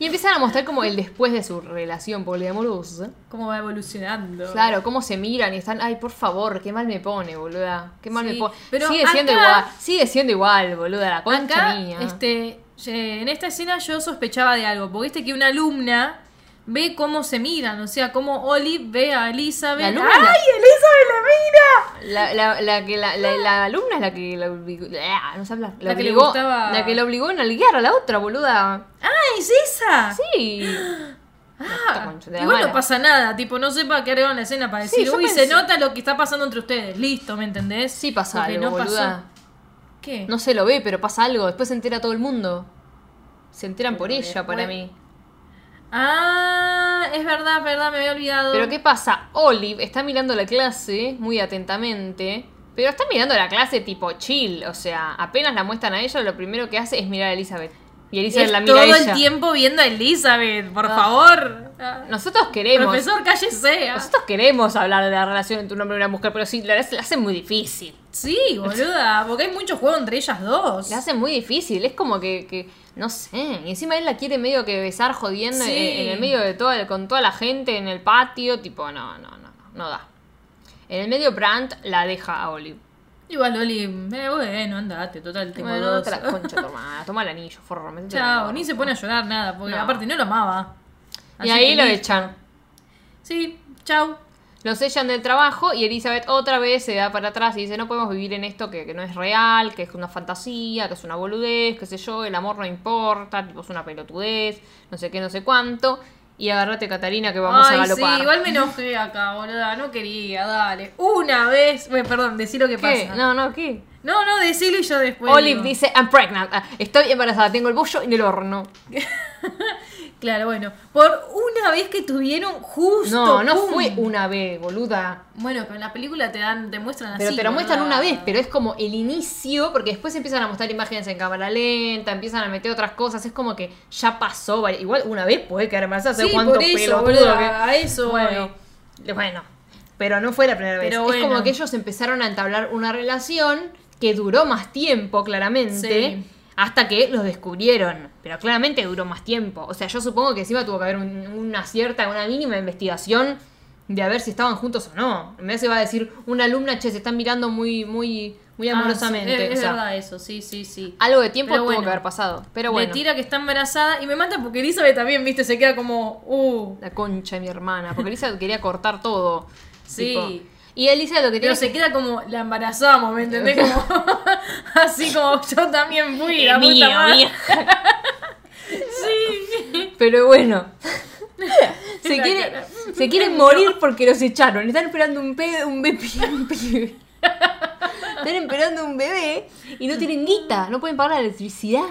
Speaker 1: y empiezan a mostrar como el después de su relación poliamorosa.
Speaker 2: Cómo va evolucionando.
Speaker 1: Claro, cómo se miran y están, ay, por favor, qué mal me pone, boluda. Qué mal
Speaker 2: Sí,
Speaker 1: me pone.
Speaker 2: pero
Speaker 1: sigue siendo
Speaker 2: acá-
Speaker 1: igual, sigue siendo igual, boluda, la concha
Speaker 2: Acá,
Speaker 1: mía.
Speaker 2: este, eh, en esta escena yo sospechaba de algo, porque viste que una alumna ve cómo se miran, o sea, cómo Olive ve a Elizabeth.
Speaker 1: La alumna-
Speaker 2: ¡Ay, Elizabeth la mira!
Speaker 1: La, la- la que la, la- la alumna es la que la obligó. Ah, no sé hablar. La, que
Speaker 2: La que le
Speaker 1: obligó-
Speaker 2: gustaba-
Speaker 1: La que la obligó a nalguear a la otra, boluda.
Speaker 2: ¡Ay, es esa!
Speaker 1: Sí. La
Speaker 2: Ah,
Speaker 1: concha de la
Speaker 2: igual no
Speaker 1: mala.
Speaker 2: pasa nada, tipo, no sepa qué agregaron la escena para
Speaker 1: Sí,
Speaker 2: decir,
Speaker 1: yo
Speaker 2: uy,
Speaker 1: pensé-
Speaker 2: se nota lo que está pasando entre ustedes, listo, ¿me entendés?
Speaker 1: Sí pasa
Speaker 2: Porque
Speaker 1: algo,
Speaker 2: no pasó.
Speaker 1: boluda.
Speaker 2: ¿Qué?
Speaker 1: No se lo ve, pero pasa algo. Después se entera todo el mundo. Se enteran por
Speaker 2: Pero
Speaker 1: ella, para
Speaker 2: después-
Speaker 1: mí.
Speaker 2: Ah, es verdad, verdad, me había olvidado.
Speaker 1: Pero ¿qué pasa? Olive está mirando la clase muy atentamente, pero está mirando la clase tipo chill, o sea, apenas la muestran a ella, lo primero que hace es mirar a Elizabeth. Y Elizabeth
Speaker 2: Es
Speaker 1: la mira
Speaker 2: todo
Speaker 1: a ella.
Speaker 2: el tiempo viendo a Elizabeth, por favor. Ah,
Speaker 1: Nosotros queremos.
Speaker 2: Profesor, cállese. Ah.
Speaker 1: Nosotros queremos hablar de la relación entre un hombre y una mujer, pero sí, la, la hacen muy difícil.
Speaker 2: Sí, boluda, porque hay mucho juego entre ellas dos.
Speaker 1: La hacen muy difícil, es como que, que, no sé, y encima él la quiere medio que besar jodiendo
Speaker 2: Sí.
Speaker 1: en, en el medio de todo, el- con toda la gente en el patio, tipo, no, no, no, no da. En el medio Brandt la deja a Olive.
Speaker 2: Igual, Oli, eh, bueno, andate, total, tengo
Speaker 1: Bueno,
Speaker 2: dos.
Speaker 1: te la concha de tu hermana. Toma el anillo, forro. metete en el
Speaker 2: Chao,
Speaker 1: horno.
Speaker 2: ni se pone a llorar nada, porque
Speaker 1: No.
Speaker 2: aparte no lo amaba.
Speaker 1: Y
Speaker 2: Así
Speaker 1: ahí
Speaker 2: que
Speaker 1: lo
Speaker 2: listo.
Speaker 1: echan.
Speaker 2: Sí, chao.
Speaker 1: Los echan del trabajo y Elizabeth otra vez se da para atrás y dice, no podemos vivir en esto que, que no es real, que es una fantasía, que es una boludez, qué sé yo, el amor no importa, tipo es una pelotudez, no sé qué, no sé cuánto. Y agárrate, Catalina, que vamos a
Speaker 2: Ay,
Speaker 1: galopar.
Speaker 2: sí, igual me enojé acá, boluda, no quería, dale. Una vez, bueno, perdón, decí lo que
Speaker 1: ¿Qué?
Speaker 2: pasa.
Speaker 1: No, no, ¿qué?
Speaker 2: no, no, decilo y yo después.
Speaker 1: Olive
Speaker 2: digo.
Speaker 1: dice, I'm pregnant. Ah, Estoy embarazada, tengo el bollo en el horno.
Speaker 2: Claro, bueno, por una vez que tuvieron justo.
Speaker 1: No, no
Speaker 2: pum.
Speaker 1: fue una vez, boluda.
Speaker 2: Bueno, pero en la película te dan, te muestran así.
Speaker 1: Pero te lo muestran
Speaker 2: boluda.
Speaker 1: una vez, pero es como el inicio, porque después empiezan a mostrar imágenes en cámara lenta, empiezan a meter otras cosas, es como que ya pasó, vari- igual una vez puede quedar embarazada, sé
Speaker 2: Sí,
Speaker 1: cuánto
Speaker 2: por eso,
Speaker 1: pelotudo
Speaker 2: boluda,
Speaker 1: que-
Speaker 2: a eso.
Speaker 1: Bueno,
Speaker 2: voy.
Speaker 1: le- bueno, pero no fue la primera vez.
Speaker 2: Pero
Speaker 1: Es
Speaker 2: bueno.
Speaker 1: como que ellos empezaron a entablar una relación que duró más tiempo, claramente.
Speaker 2: Sí.
Speaker 1: Hasta que los descubrieron. Pero claramente duró más tiempo. O sea, yo supongo que encima tuvo que haber un- una cierta, una mínima investigación de a ver si estaban juntos o no. En vez se va a decir una alumna, che, se están mirando muy, muy, muy amorosamente.
Speaker 2: Ah, sí, es,
Speaker 1: O
Speaker 2: es
Speaker 1: sea,
Speaker 2: verdad eso, sí, sí, sí.
Speaker 1: algo de tiempo
Speaker 2: Pero
Speaker 1: tuvo
Speaker 2: bueno.
Speaker 1: que haber pasado. Pero bueno.
Speaker 2: Le tira que está embarazada y me mata porque Elizabeth también, viste, se queda como, uh.
Speaker 1: La concha de mi hermana. Porque Elisa quería cortar todo.
Speaker 2: Sí.
Speaker 1: tipo. Y Elisa lo que tiene
Speaker 2: Pero se queda como, la embarazamos, ¿me entendés? Como, así como yo también fui, la
Speaker 1: Es
Speaker 2: puta
Speaker 1: mío,
Speaker 2: madre.
Speaker 1: vieja.
Speaker 2: Sí.
Speaker 1: Pero bueno. Se,
Speaker 2: La
Speaker 1: quiere,
Speaker 2: cara.
Speaker 1: se quieren morir porque los echaron. Están esperando un, pe- un, bebé, un pibe. Están esperando un bebé y no tienen guita. No pueden pagar la electricidad.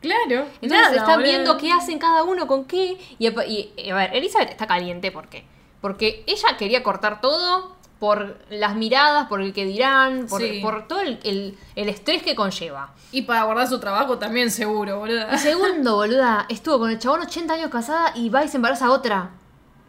Speaker 2: Claro.
Speaker 1: Entonces
Speaker 2: nada,
Speaker 1: están
Speaker 2: boludo.
Speaker 1: viendo qué hacen cada uno con qué. Y, apa- y, eh, a ver, Elizabeth está caliente. ¿Por qué? Porque ella quería cortar todo por las miradas, por el que dirán, por,
Speaker 2: Sí.
Speaker 1: por todo el- el- el estrés que conlleva.
Speaker 2: Y para guardar su trabajo también seguro, boluda.
Speaker 1: Y segundo, boluda, estuvo con el chabón 80 años casada y va y se embaraza a otra.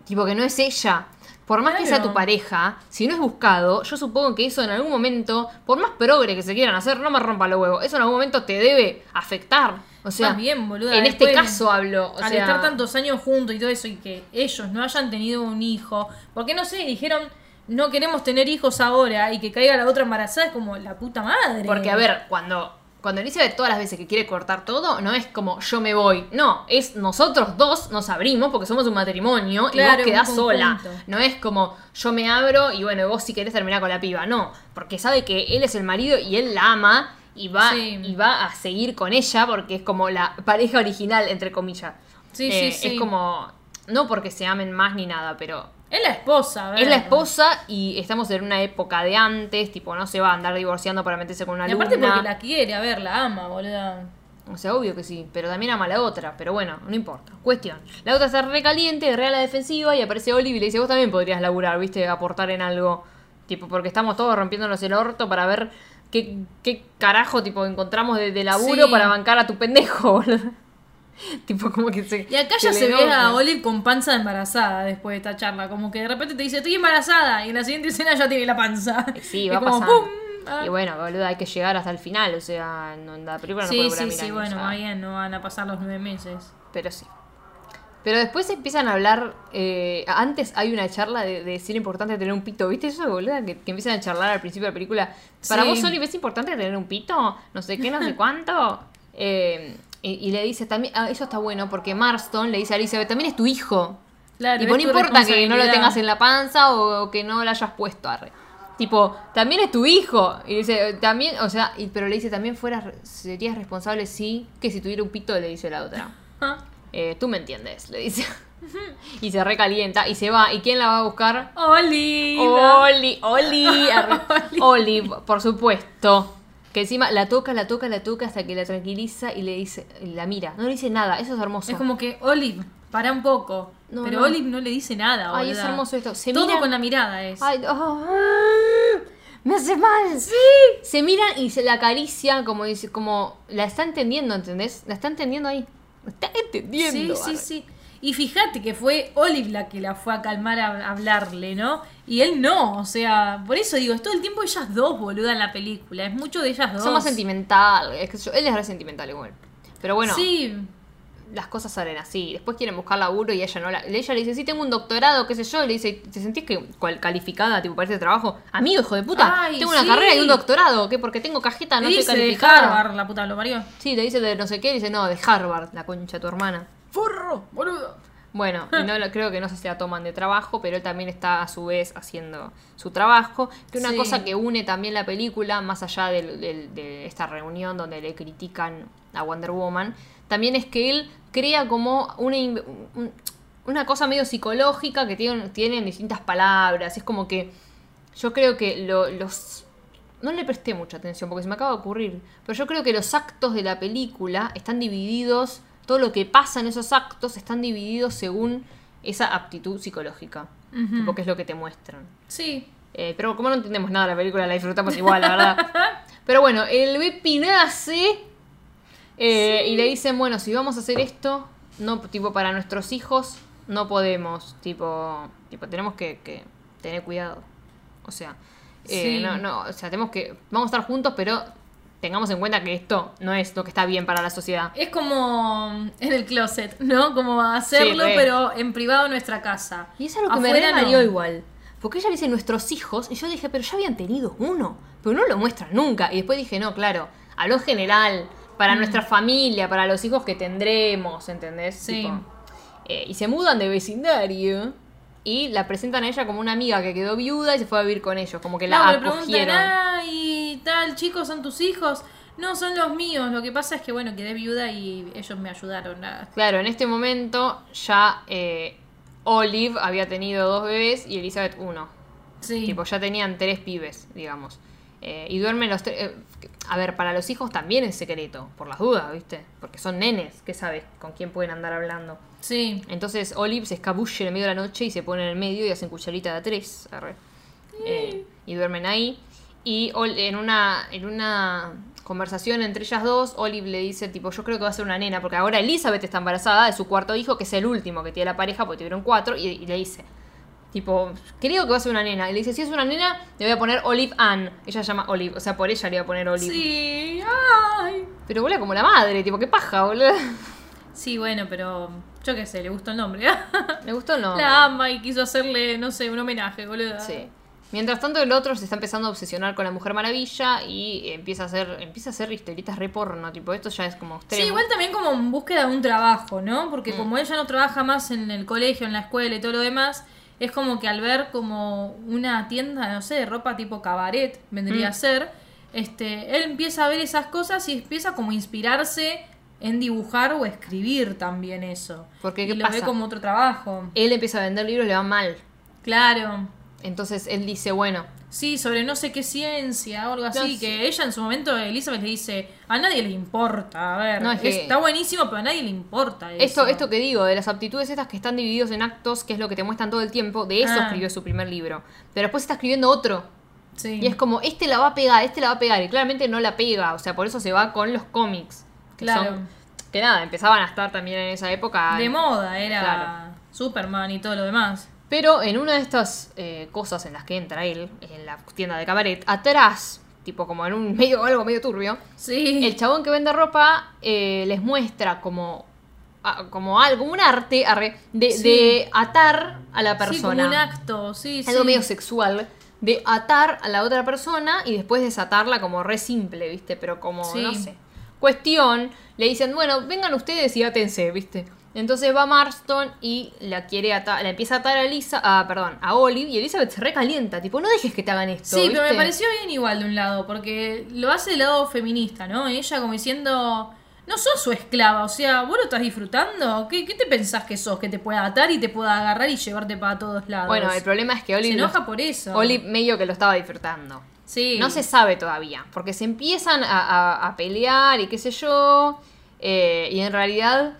Speaker 1: Tipo que no es ella. Por más que sea
Speaker 2: Claro.
Speaker 1: tu pareja, si no es buscado, yo supongo que eso en algún momento, por más progre que se quieran hacer, no me rompa los huevos. Eso en algún momento te debe afectar. O sea,
Speaker 2: Más bien, boluda,
Speaker 1: en este
Speaker 2: después-
Speaker 1: caso hablo. O
Speaker 2: Al
Speaker 1: sea,
Speaker 2: estar tantos años juntos y todo eso, y que ellos no hayan tenido un hijo, porque no sé, dijeron no queremos tener hijos ahora y que caiga la otra embarazada, es como la puta madre.
Speaker 1: Porque, a ver, cuando, cuando Elizabeth todas las veces que quiere cortar todo, no es como yo me voy. No, es nosotros dos nos abrimos porque somos un matrimonio y
Speaker 2: Claro,
Speaker 1: vos quedás
Speaker 2: un
Speaker 1: sola.
Speaker 2: conjunto.
Speaker 1: No es como yo me abro y bueno, vos si querés terminar con la piba. No, porque sabe que él es el marido y él la ama y va,
Speaker 2: Sí.
Speaker 1: y va a seguir con ella porque es como la pareja original, entre comillas.
Speaker 2: Sí,
Speaker 1: Eh,
Speaker 2: sí, sí.
Speaker 1: Es como, no porque se amen más ni nada, pero
Speaker 2: Es la esposa, a ver.
Speaker 1: es la esposa y estamos en una época de antes, tipo, no se va a andar divorciando para meterse con una
Speaker 2: Y aparte
Speaker 1: alumna.
Speaker 2: porque la quiere, a ver, la ama, boluda.
Speaker 1: O sea, obvio que sí, pero también ama a la otra, pero bueno, no importa. Cuestión. La otra está recaliente, re a la defensiva y aparece Olive y le dice, vos también podrías laburar, viste, aportar en algo. Tipo, porque estamos todos rompiéndonos el orto para ver qué, qué carajo, tipo, encontramos de, de laburo
Speaker 2: Sí.
Speaker 1: para bancar a tu pendejo, boludo. tipo, como que se...
Speaker 2: Y acá
Speaker 1: se
Speaker 2: ya
Speaker 1: le
Speaker 2: se ve
Speaker 1: nota.
Speaker 2: a Olive con panza embarazada después de esta charla. Como que de repente te dice, estoy embarazada. Y en la siguiente escena ya tiene la panza.
Speaker 1: Sí,
Speaker 2: Y
Speaker 1: va
Speaker 2: como,
Speaker 1: pasando.
Speaker 2: ¡pum! Ah.
Speaker 1: Y bueno, boludo, hay que llegar hasta el final, o sea, no, la película no
Speaker 2: sí,
Speaker 1: puede durar
Speaker 2: sí,
Speaker 1: mil
Speaker 2: sí,
Speaker 1: años,
Speaker 2: bueno,
Speaker 1: o sea.
Speaker 2: ahí no van a pasar los nueve meses.
Speaker 1: Pero sí. Pero después empiezan a hablar. eh, antes hay una charla de, de si era importante tener un pito. ¿Viste eso, boluda? Que, que empiezan a charlar al principio de la película. Para
Speaker 2: Sí.
Speaker 1: vos, Olive, ¿es importante tener un pito? No sé qué, no sé cuánto. Eh, y, y le dice también. ah, eso está bueno porque Marston le dice a Elizabeth: también es tu hijo.
Speaker 2: Claro,
Speaker 1: tipo,
Speaker 2: es
Speaker 1: no
Speaker 2: tu
Speaker 1: importa que no lo
Speaker 2: responsabilidad.
Speaker 1: tengas en la panza o, o que no lo hayas puesto arre. Tipo, también es tu hijo. Y dice, también, o sea, y- pero le dice, también fueras, serías responsable, sí, que si tuviera un pito, le dice la otra.
Speaker 2: Ah.
Speaker 1: Eh, Tú me entiendes, le dice. y se recalienta y se va. ¿Y quién la va a buscar?
Speaker 2: Olive.
Speaker 1: Oli, Oli, arre- Oli, por supuesto. Que encima la toca, la toca, la toca hasta que la tranquiliza y le dice, y la mira. No le dice nada, eso es hermoso.
Speaker 2: Es como que Olive, para un poco.
Speaker 1: No,
Speaker 2: pero
Speaker 1: no.
Speaker 2: Olive no le dice nada.
Speaker 1: Ay, es
Speaker 2: boluda.
Speaker 1: hermoso esto. Se
Speaker 2: Todo
Speaker 1: miran-
Speaker 2: con la mirada es.
Speaker 1: Ay, oh, ah, me hace mal. Sí. Se miran y se la acarician como dice, como la está entendiendo, ¿entendés? La está entendiendo ahí. La está
Speaker 2: sí,
Speaker 1: entendiendo.
Speaker 2: sí,
Speaker 1: arre.
Speaker 2: sí. Y fíjate que fue Olive la que la fue a calmar a a hablarle, ¿no? Y él no, o sea, por eso digo, es todo el tiempo ellas dos, boluda, en la película. Es mucho de ellas dos.
Speaker 1: Son más sentimentales. qué sé yo. Él es re sentimental igual. Pero bueno,
Speaker 2: Sí,
Speaker 1: las cosas salen así. Después quieren buscar laburo y ella no la. Ella le dice, sí, tengo un doctorado, qué sé yo. Y le dice, ¿te sentís que cual- calificada tipo, para este trabajo? Amigo, hijo de puta.
Speaker 2: Ay,
Speaker 1: tengo una
Speaker 2: sí.
Speaker 1: carrera y un doctorado. ¿Qué? Porque tengo cajeta, Ah, no
Speaker 2: dice
Speaker 1: estoy
Speaker 2: de
Speaker 1: calificada.
Speaker 2: Harvard, la puta lo parió.
Speaker 1: Sí, le dice de no sé qué. Y dice, no, de Harvard, la concha de tu hermana.
Speaker 2: Forro, boludo.
Speaker 1: Bueno,
Speaker 2: Ah.
Speaker 1: y no lo- creo que no se la toman de trabajo, pero él también está a su vez haciendo su trabajo. Que una
Speaker 2: Sí.
Speaker 1: cosa que une también la película, más allá del- del- de esta reunión donde le critican a Wonder Woman, también es que él crea como una, in- un- una cosa medio psicológica que tienen, tienen distintas palabras. Es como que yo creo que lo- los... No le presté mucha atención porque se me acaba de ocurrir. Pero yo creo que los actos de la película están divididos, todo lo que pasa en esos actos están divididos según esa aptitud psicológica. Porque es lo que te muestran.
Speaker 2: Sí.
Speaker 1: Eh, pero como no entendemos nada de la película, la disfrutamos igual, la verdad. Pero bueno, el Bepi nace eh, y le dicen, bueno, si vamos a hacer esto, no, tipo, para nuestros hijos, no podemos, tipo, tipo tenemos que, que tener cuidado. O sea, eh,
Speaker 2: Sí.
Speaker 1: no, no, o sea, tenemos que, vamos a estar juntos, pero tengamos en cuenta que esto no es lo que está bien para la sociedad.
Speaker 2: Es como en el closet, ¿no? Como hacerlo,
Speaker 1: Sí, re.
Speaker 2: pero en privado en nuestra casa.
Speaker 1: Y eso es lo que me
Speaker 2: Afuera,
Speaker 1: re
Speaker 2: no.
Speaker 1: mareó igual. Porque ella le dice nuestros hijos, y yo dije, pero ya habían tenido uno, pero no lo muestran nunca. Y después dije, no, claro, a lo general, para
Speaker 2: Mm.
Speaker 1: nuestra familia, para los hijos que tendremos, ¿entendés?
Speaker 2: Sí.
Speaker 1: eh, y se mudan de vecindario y la presentan a ella como una amiga que quedó viuda y se fue a vivir con ellos, como que
Speaker 2: No,
Speaker 1: la
Speaker 2: me preguntan, ah.
Speaker 1: acogieron.
Speaker 2: ay, tal, chicos, son tus hijos. No, son los míos. Lo que pasa es que, bueno, quedé viuda y ellos me ayudaron. a-
Speaker 1: Claro, en este momento ya eh, Olive había tenido dos bebés y Elizabeth uno.
Speaker 2: Sí.
Speaker 1: Tipo, ya tenían tres pibes, digamos. Eh, y duermen los tres. eh, a ver, para los hijos también es secreto, por las dudas, ¿viste? Porque son nenes, ¿qué sabes? ¿Con quién pueden andar hablando?
Speaker 2: sí.
Speaker 1: Entonces Olive se escabulle en el medio de la noche y se pone en el medio y hacen cucharita de a tres. arre. Eh, y duermen ahí. Y Ol- en una, en una conversación entre ellas dos, Olive le dice, tipo, yo creo que va a ser una nena, porque ahora Elizabeth está embarazada de su cuarto hijo, que es el último que tiene la pareja, porque tuvieron cuatro, y, y le dice, tipo, creo que va a ser una nena. Y le dice, si es una nena, le voy a poner Olive Ann. Ella se llama Olive, o sea, por ella le voy a poner Olive.
Speaker 2: Sí, ay.
Speaker 1: Pero vuela como la madre, tipo, qué paja, boludo.
Speaker 2: Sí, bueno, pero yo qué sé, le gustó el nombre.
Speaker 1: ¿Le gustó o no?
Speaker 2: La ama y quiso hacerle, no sé, un homenaje, boludo.
Speaker 1: Sí. Mientras tanto, el otro se está empezando a obsesionar con la Mujer Maravilla y empieza a hacer, empieza a hacer historietas re porno. Tipo, esto ya es como
Speaker 2: Sí,
Speaker 1: extremo.
Speaker 2: igual también como en búsqueda de un trabajo, ¿no?
Speaker 1: Mm.
Speaker 2: Porque como ella no trabaja más en el colegio, en la escuela y todo lo demás, es como que al ver como una tienda, no sé, de ropa tipo cabaret, vendría
Speaker 1: Mm.
Speaker 2: a ser, este, él empieza a ver esas cosas y empieza como a inspirarse en dibujar o escribir también eso.
Speaker 1: Porque,
Speaker 2: y
Speaker 1: ¿qué
Speaker 2: lo ve
Speaker 1: pasa?
Speaker 2: como otro trabajo.
Speaker 1: Él empieza a vender libros, le va mal.
Speaker 2: Claro.
Speaker 1: Entonces él dice, bueno,
Speaker 2: Sí, sobre no sé qué ciencia o algo así.
Speaker 1: No,
Speaker 2: que ella en su momento, Elizabeth, le dice, a nadie le importa. A ver,
Speaker 1: No, es que-
Speaker 2: está buenísimo, pero a nadie le importa.
Speaker 1: Esto,
Speaker 2: eso.
Speaker 1: esto que digo, de las aptitudes estas que están divididos en actos, que es lo que te muestran todo el tiempo, de eso
Speaker 2: Ah.
Speaker 1: escribió su primer libro. Pero después está escribiendo otro.
Speaker 2: Sí.
Speaker 1: Y es como, este la va a pegar, este la va a pegar. Y claramente no la pega. O sea, por eso se va con los cómics. Que
Speaker 2: Claro.
Speaker 1: son- que nada, empezaban a estar también en esa época.
Speaker 2: De moda, era
Speaker 1: Ah, Claro.
Speaker 2: Superman y todo lo demás.
Speaker 1: Pero en una de estas eh, cosas en las que entra él, en la tienda de cabaret, atrás, tipo como en un medio algo medio turbio,
Speaker 2: Sí.
Speaker 1: el chabón que vende ropa eh, les muestra como, a- como algo, un arte arre, de,
Speaker 2: Sí.
Speaker 1: de atar a la persona.
Speaker 2: Sí, como un acto, sí,
Speaker 1: algo
Speaker 2: sí.
Speaker 1: medio sexual. De atar a la otra persona y después desatarla como re simple, ¿viste? Pero como,
Speaker 2: Sí.
Speaker 1: no sé. Cuestión, le dicen, bueno, vengan ustedes y átense, ¿viste? Entonces va Marston y la quiere atar, la empieza a atar a Lisa, ah, perdón, a Olive y Elizabeth se recalienta, tipo, no dejes que te hagan esto.
Speaker 2: Sí, pero me
Speaker 1: ¿viste?
Speaker 2: pareció bien igual de un lado, porque lo hace del lado feminista, ¿no? Ella como diciendo, no sos su esclava, o sea, vos lo estás disfrutando, ¿qué, qué te pensás que sos? Que te pueda atar y te pueda agarrar y llevarte para todos lados.
Speaker 1: Bueno, el problema es que
Speaker 2: Se
Speaker 1: Olive, lo-
Speaker 2: enoja por eso.
Speaker 1: Olive medio que lo estaba disfrutando.
Speaker 2: sí.
Speaker 1: No se sabe todavía, porque se empiezan a, a- a pelear y qué sé yo, eh, y en realidad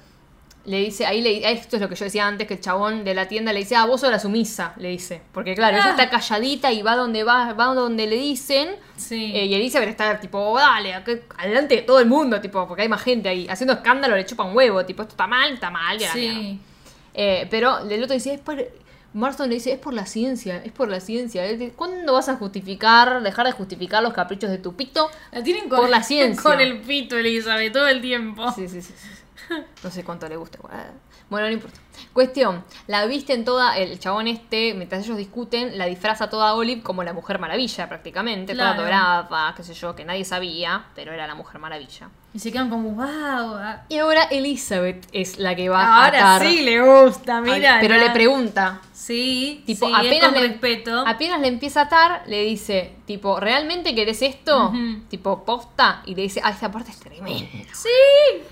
Speaker 1: le dice, ahí le, esto es lo que yo decía antes, que el chabón de la tienda le dice, ah, vos sos la sumisa, le dice, porque claro, ella
Speaker 2: Ah.
Speaker 1: está calladita y va donde va, va donde le dicen,
Speaker 2: Sí.
Speaker 1: eh, y Elizabeth está tipo, dale, acá- adelante de todo el mundo, tipo, porque hay más gente ahí, haciendo escándalo, le chupa un huevo, tipo, esto está mal, está mal, y a la mierda.
Speaker 2: Sí.
Speaker 1: Eh, pero el otro dice, es por... Marston le dice, es por la ciencia, es por la ciencia. Él dice, ¿Cuándo vas a justificar, dejar de justificar los caprichos de tu pito?
Speaker 2: La tienen con,
Speaker 1: Por la ciencia.
Speaker 2: con el pito, Elizabeth, todo el tiempo.
Speaker 1: Sí, sí, sí. sí. No sé cuánto le gusta. igual. Bueno, no importa. Cuestión, la visten toda, el chabón este, mientras ellos discuten, la disfraza toda a Olive como la Mujer Maravilla prácticamente,
Speaker 2: Claro.
Speaker 1: toda dorada, qué sé yo, que nadie sabía, pero era la Mujer Maravilla.
Speaker 2: Y se quedan como, wow. ah".
Speaker 1: Y ahora Elizabeth es la que va a
Speaker 2: Ahora
Speaker 1: atar
Speaker 2: sí le gusta,
Speaker 1: a-
Speaker 2: mira.
Speaker 1: Pero le pregunta,
Speaker 2: Sí,
Speaker 1: Tipo,
Speaker 2: sí, es
Speaker 1: apenas,
Speaker 2: con
Speaker 1: le,
Speaker 2: respeto.
Speaker 1: apenas le empieza a atar, le dice, tipo, ¿realmente querés esto?
Speaker 2: Ujú.
Speaker 1: Tipo, posta. Y le dice, ah, esta parte es tremenda.
Speaker 2: Sí.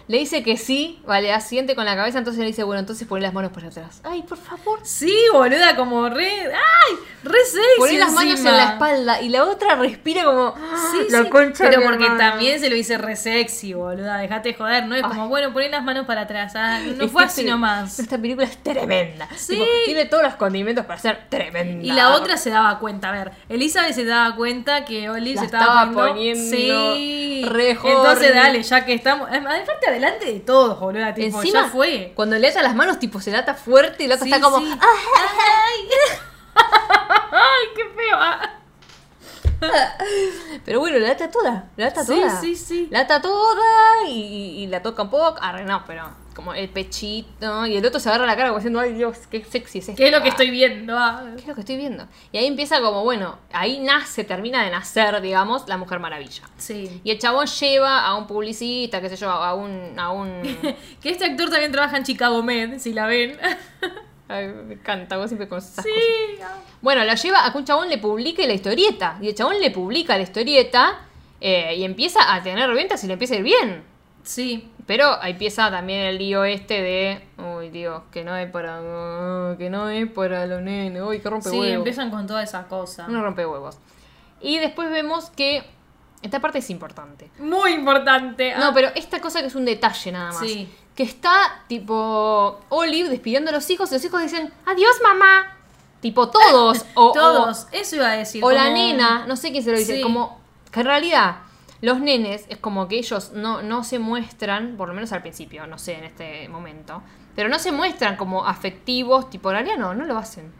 Speaker 1: Le dice que sí, vale, asiente con la cabeza, entonces le dice, bueno, entonces poné las manos para atrás. Ay, por favor.
Speaker 2: Sí, boluda, como re. ¡Ay! Re sexy.
Speaker 1: Poné las manos
Speaker 2: encima.
Speaker 1: en la espalda y la otra respira como... "Ah,
Speaker 2: Sí,
Speaker 4: La
Speaker 2: sí.
Speaker 4: concha de
Speaker 2: Pero
Speaker 4: mi
Speaker 2: porque
Speaker 4: hermana.
Speaker 2: también se lo hice re sexy, boluda. Dejate joder, ¿no? Es como, bueno, poné las manos para atrás. ah, No fue
Speaker 1: Esta
Speaker 2: así
Speaker 1: peli-
Speaker 2: nomás.
Speaker 1: Esta película es tremenda.
Speaker 2: Sí.
Speaker 1: Tipo, tiene todos los condimentos para ser tremenda.
Speaker 2: Y la otra se daba cuenta, a ver, Elizabeth se daba cuenta que Olive
Speaker 1: La
Speaker 2: se estaba,
Speaker 1: estaba
Speaker 2: poniendo,
Speaker 1: poniendo
Speaker 2: sí.
Speaker 1: re horny.
Speaker 2: Entonces dale, ya que estamos, aparte adelante de todos, boluda, tipo,
Speaker 1: Encima,
Speaker 2: ya fue.
Speaker 1: cuando le ata las manos, tipo, se le ata fuerte y la otra
Speaker 2: Sí,
Speaker 1: está como...
Speaker 2: sí.
Speaker 1: "Ah".
Speaker 2: Ay, qué feo. ah.
Speaker 1: Pero bueno, la ata toda. La ata
Speaker 2: Sí,
Speaker 1: toda.
Speaker 2: sí, sí.
Speaker 1: La ata toda y, y- y la toca un poco. Arre, no, pero como el pechito. Y el otro se agarra la cara como diciendo, ay Dios, qué sexy es esto.
Speaker 2: ¿Qué es lo que estoy viendo? ah?
Speaker 1: ¿Qué es lo que estoy viendo? Y ahí empieza como, bueno, ahí nace, termina de nacer, digamos, la Mujer Maravilla.
Speaker 2: Sí.
Speaker 1: Y el chabón lleva a un publicista, qué sé yo, a un... A un...
Speaker 2: Que este actor también trabaja en Chicago Med, si la ven.
Speaker 1: Ay, me encanta, vos siempre con esas cosas.
Speaker 2: Sí. ah.
Speaker 1: Bueno, la lleva a que un chabón le publique la historieta. Y el chabón le publica la historieta eh, y empieza a tener ventas y le empieza a ir bien.
Speaker 2: Sí.
Speaker 1: Pero ahí empieza también el lío este de, uy Dios, que no es para, oh, que no es para los nenes, uy, que rompe
Speaker 2: Sí,
Speaker 1: huevos.
Speaker 2: empiezan con toda esa cosa.
Speaker 1: No rompe huevos. Y después vemos que esta parte es importante.
Speaker 2: Muy importante. ah.
Speaker 1: No, pero esta cosa que es un detalle nada más.
Speaker 2: Sí.
Speaker 1: Que está tipo Olive despidiendo a los hijos y los hijos dicen, adiós mamá. Tipo todos. o, o-
Speaker 2: Todos, eso iba a decir.
Speaker 1: o la
Speaker 2: como-
Speaker 1: nena, no sé quién se lo dice,
Speaker 2: Sí.
Speaker 1: como que en realidad los nenes es como que ellos no, no se muestran, por lo menos al principio, no sé, en este momento, pero no se muestran como afectivos, tipo, en realidad no, no lo hacen.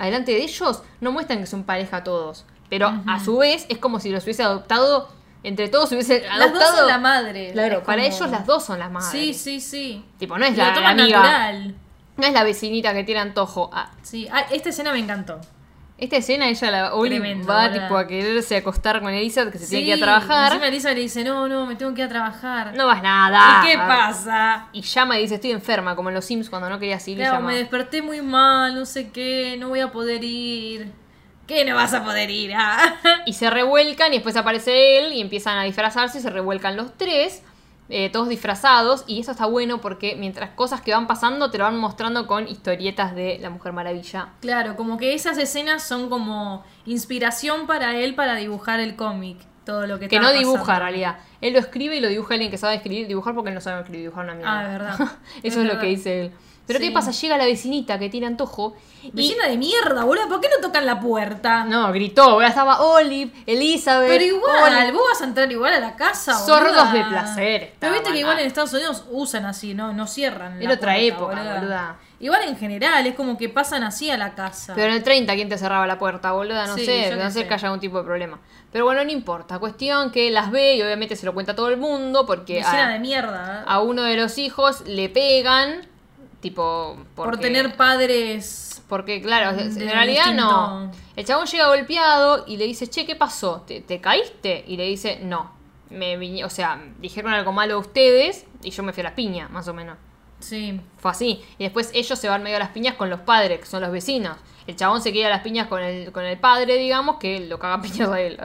Speaker 1: Adelante de ellos no muestran que son pareja todos, pero a su vez es como si los hubiese adoptado, entre todos hubiese
Speaker 2: Las
Speaker 1: adoptado.
Speaker 2: dos son la madre.
Speaker 1: Claro,
Speaker 2: es
Speaker 1: para
Speaker 2: como-
Speaker 1: ellos las dos son las madres.
Speaker 2: Sí, sí, sí.
Speaker 1: Tipo, no es
Speaker 2: Lo
Speaker 1: la, la
Speaker 2: toman
Speaker 1: amiga,
Speaker 2: natural.
Speaker 1: no es la vecinita que tiene antojo. Ah,
Speaker 2: Sí, ah, esta escena me encantó.
Speaker 1: esta escena ella la Oli
Speaker 2: Tremendo,
Speaker 1: va
Speaker 2: boluda.
Speaker 1: tipo a quererse acostar con Elizabeth que se
Speaker 2: sí,
Speaker 1: tiene que ir a trabajar.
Speaker 2: Encima Elisa le dice, no, no, me tengo que ir a trabajar.
Speaker 1: No vas nada. Ah,
Speaker 2: ¿Y qué pasa?
Speaker 1: Y llama y dice, estoy enferma, como en los Sims cuando no querías ir y
Speaker 2: Claro,
Speaker 1: llama.
Speaker 2: me desperté muy mal, no sé qué, no voy a poder ir. ¿Qué no vas a poder ir? ah?
Speaker 1: Y se revuelcan y después aparece él y empiezan a disfrazarse y se revuelcan los tres. eh, todos disfrazados, y eso está bueno porque mientras cosas que van pasando te lo van mostrando con historietas de la Mujer Maravilla.
Speaker 2: Claro, como que esas escenas son como inspiración para él para dibujar el cómic. Todo lo que
Speaker 1: Que no
Speaker 2: estaba
Speaker 1: dibuja en
Speaker 2: pasando.
Speaker 1: realidad. Él lo escribe y lo dibuja alguien que sabe escribir, dibujar porque él no sabe escribir, dibujar una mierda.
Speaker 2: Ah, es verdad.
Speaker 1: Eso es,
Speaker 2: Es
Speaker 1: lo
Speaker 2: verdad.
Speaker 1: que dice él. Pero
Speaker 2: Sí.
Speaker 1: ¿qué pasa? Llega la vecinita que tiene antojo y...
Speaker 2: Vecina de mierda, boludo. ¿Por qué no tocan la puerta?
Speaker 1: No, gritó, ya estaba Olive, Elizabeth.
Speaker 2: Pero igual,
Speaker 1: Olive.
Speaker 2: vos vas a entrar igual a la casa,
Speaker 1: Sordos
Speaker 2: boluda.
Speaker 1: de placer
Speaker 2: Pero viste
Speaker 1: estaban,
Speaker 2: que igual
Speaker 1: ah.
Speaker 2: en Estados Unidos usan así, ¿no? No cierran.
Speaker 1: Era
Speaker 2: la
Speaker 1: otra
Speaker 2: puerta,
Speaker 1: época, boluda.
Speaker 2: Igual en general, es como que pasan así a la casa.
Speaker 1: Pero en el 30, ¿quién te cerraba la puerta, boluda? No
Speaker 2: Sí,
Speaker 1: sé,
Speaker 2: yo
Speaker 1: no
Speaker 2: qué
Speaker 1: sé
Speaker 2: sé.
Speaker 1: que haya algún tipo de problema. Pero bueno, no importa. Cuestión que las ve y obviamente se lo cuenta a todo el mundo porque
Speaker 2: Vecina
Speaker 1: a,
Speaker 2: de mierda. ¿eh?
Speaker 1: a uno de los hijos le pegan, tipo...
Speaker 2: por
Speaker 1: porque-
Speaker 2: tener padres.
Speaker 1: Porque, claro, en
Speaker 2: De
Speaker 1: realidad no.
Speaker 2: distinto.
Speaker 1: El chabón llega golpeado y le dice, che, ¿qué pasó? ¿Te, te caíste? Y le dice, no. Me viñ- o sea, dijeron algo malo a ustedes y yo me fui a las piñas, más o menos.
Speaker 2: Sí.
Speaker 1: Fue así. Y después ellos se van medio a las piñas con los padres, que son los vecinos. El chabón se quiere a las piñas con el, con el padre, digamos, que lo caga a piñas a él.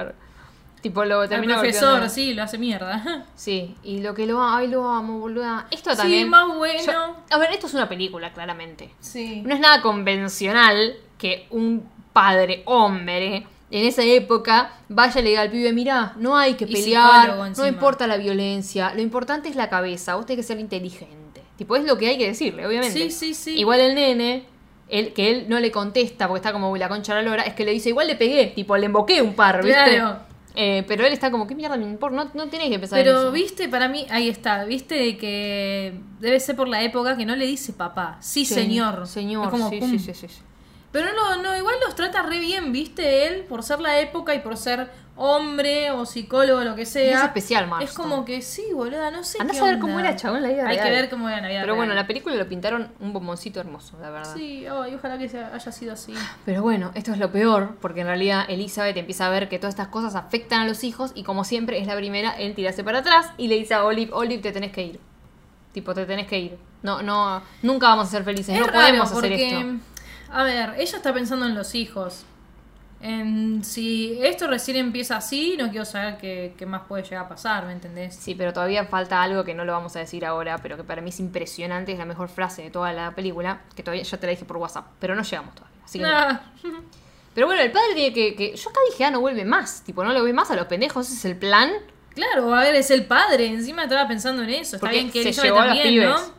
Speaker 1: Tipo, lo
Speaker 2: El
Speaker 1: termina
Speaker 2: profesor,
Speaker 1: golpeando.
Speaker 2: sí, lo hace mierda.
Speaker 1: Sí, y lo que lo amo, ay, lo amo, boluda. Esto
Speaker 2: Sí,
Speaker 1: también.
Speaker 2: más bueno.
Speaker 1: a ver, esto es una película, claramente.
Speaker 2: Sí.
Speaker 1: No es nada convencional que un padre hombre en esa época vaya y le diga al pibe, mirá, no hay que
Speaker 2: Y psicólogo
Speaker 1: pelear, no
Speaker 2: encima.
Speaker 1: importa la violencia, lo importante es la cabeza, vos tenés que ser inteligente. Tipo, es lo que hay que decirle, obviamente.
Speaker 2: Sí, sí, sí.
Speaker 1: Igual el nene, él, que él no le contesta porque está como "Uy, la concha de la lora, es que le dice, igual le pegué, tipo, le emboqué un par, ¿viste?
Speaker 2: Claro.
Speaker 1: Eh, pero él está como, ¿qué mierda me importa? No, no tenés que pensar en
Speaker 2: Pero
Speaker 1: eso.
Speaker 2: viste, para mí, ahí está, viste de que debe ser por la época que no le dice papá, sí,
Speaker 1: Sí,
Speaker 2: señor.
Speaker 1: Señor,
Speaker 2: Es como,
Speaker 1: sí,
Speaker 2: pum.
Speaker 1: sí, sí, sí, sí.
Speaker 2: Pero no, no, igual los trata re bien, viste, él, por ser la época y por ser hombre o psicólogo, lo que sea.
Speaker 1: Es especial, Marston.
Speaker 2: Es como que sí, boluda, no sé.
Speaker 1: Andá
Speaker 2: qué
Speaker 1: a ver
Speaker 2: onda.
Speaker 1: cómo era el chabón en la vida
Speaker 2: Hay que
Speaker 1: real.
Speaker 2: ver cómo era Navidad.
Speaker 1: Pero bueno, la película lo pintaron un bomboncito hermoso, la verdad.
Speaker 2: Sí, ay, ojalá que sea- haya sido así.
Speaker 1: Pero bueno, esto es lo peor, porque en realidad Elizabeth empieza a ver que todas estas cosas afectan a los hijos y como siempre es la primera en tirarse para atrás y le dice a Olive, Olive, te tenés que ir. Tipo, te tenés que ir. No, no, nunca vamos a ser felices,
Speaker 2: es
Speaker 1: no
Speaker 2: raro
Speaker 1: podemos hacer
Speaker 2: porque,
Speaker 1: esto.
Speaker 2: a ver, ella está pensando en los hijos. En si esto recién empieza así, no quiero saber qué, qué más puede llegar a pasar, ¿me entendés?
Speaker 1: Sí, pero todavía falta algo que no lo vamos a decir ahora, pero que para mí es impresionante, es la mejor frase de toda la película, que todavía ya te la dije por WhatsApp, pero no llegamos todavía. Así que no.
Speaker 2: Nah.
Speaker 1: Pero bueno, el padre tiene que, que- Yo acá dije, ah, no vuelve más. Tipo, no lo ve más a los pendejos, ese es el plan.
Speaker 2: Claro, a ver, es el padre, encima estaba pensando en eso. Está
Speaker 1: Porque
Speaker 2: bien que
Speaker 1: se
Speaker 2: él
Speaker 1: llevó a los
Speaker 2: también, ¿no?
Speaker 1: pibes.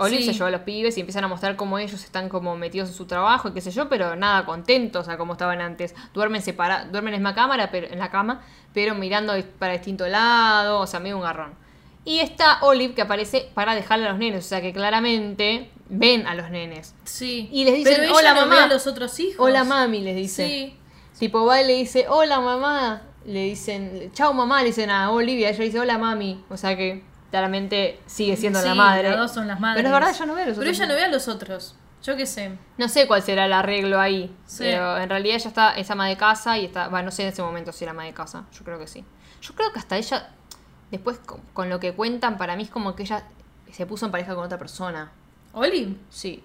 Speaker 1: Olive
Speaker 2: Sí.
Speaker 1: se llevó a los pibes y empiezan a mostrar cómo ellos están como metidos en su trabajo y qué sé yo, pero nada contentos a cómo estaban antes. Duermen separa, duermen en la cámara, pero en la cama, pero mirando para distinto lado, o sea, medio un garrón. Y está Olive que aparece para dejarle a los nenes, o sea que claramente ven a los nenes.
Speaker 2: Sí.
Speaker 1: Y les dicen,
Speaker 2: Pero ella
Speaker 1: "Hola,
Speaker 2: no ve
Speaker 1: mamá".
Speaker 2: a los otros hijos.
Speaker 1: Hola mami, les dice.
Speaker 2: Sí.
Speaker 1: Tipo, va y le dice, hola mamá. Le dicen, chao mamá, le dicen a Olivia. Ella dice, hola mami. O sea que claramente sigue siendo la
Speaker 2: Sí,
Speaker 1: madre.
Speaker 2: Las dos son las madres.
Speaker 1: Pero es verdad, ella no ve a los
Speaker 2: Pero
Speaker 1: otros
Speaker 2: ella no
Speaker 1: niños.
Speaker 2: ve a los otros. Yo qué sé.
Speaker 1: No sé cuál será el arreglo ahí.
Speaker 2: Sí.
Speaker 1: Pero en realidad ella está, es ama de casa y está. va no sé en ese momento si era ama de casa. Yo creo que sí. Yo creo que hasta ella, después con, con lo que cuentan, para mí es como que ella se puso en pareja con otra persona.
Speaker 2: Oli,
Speaker 1: Sí.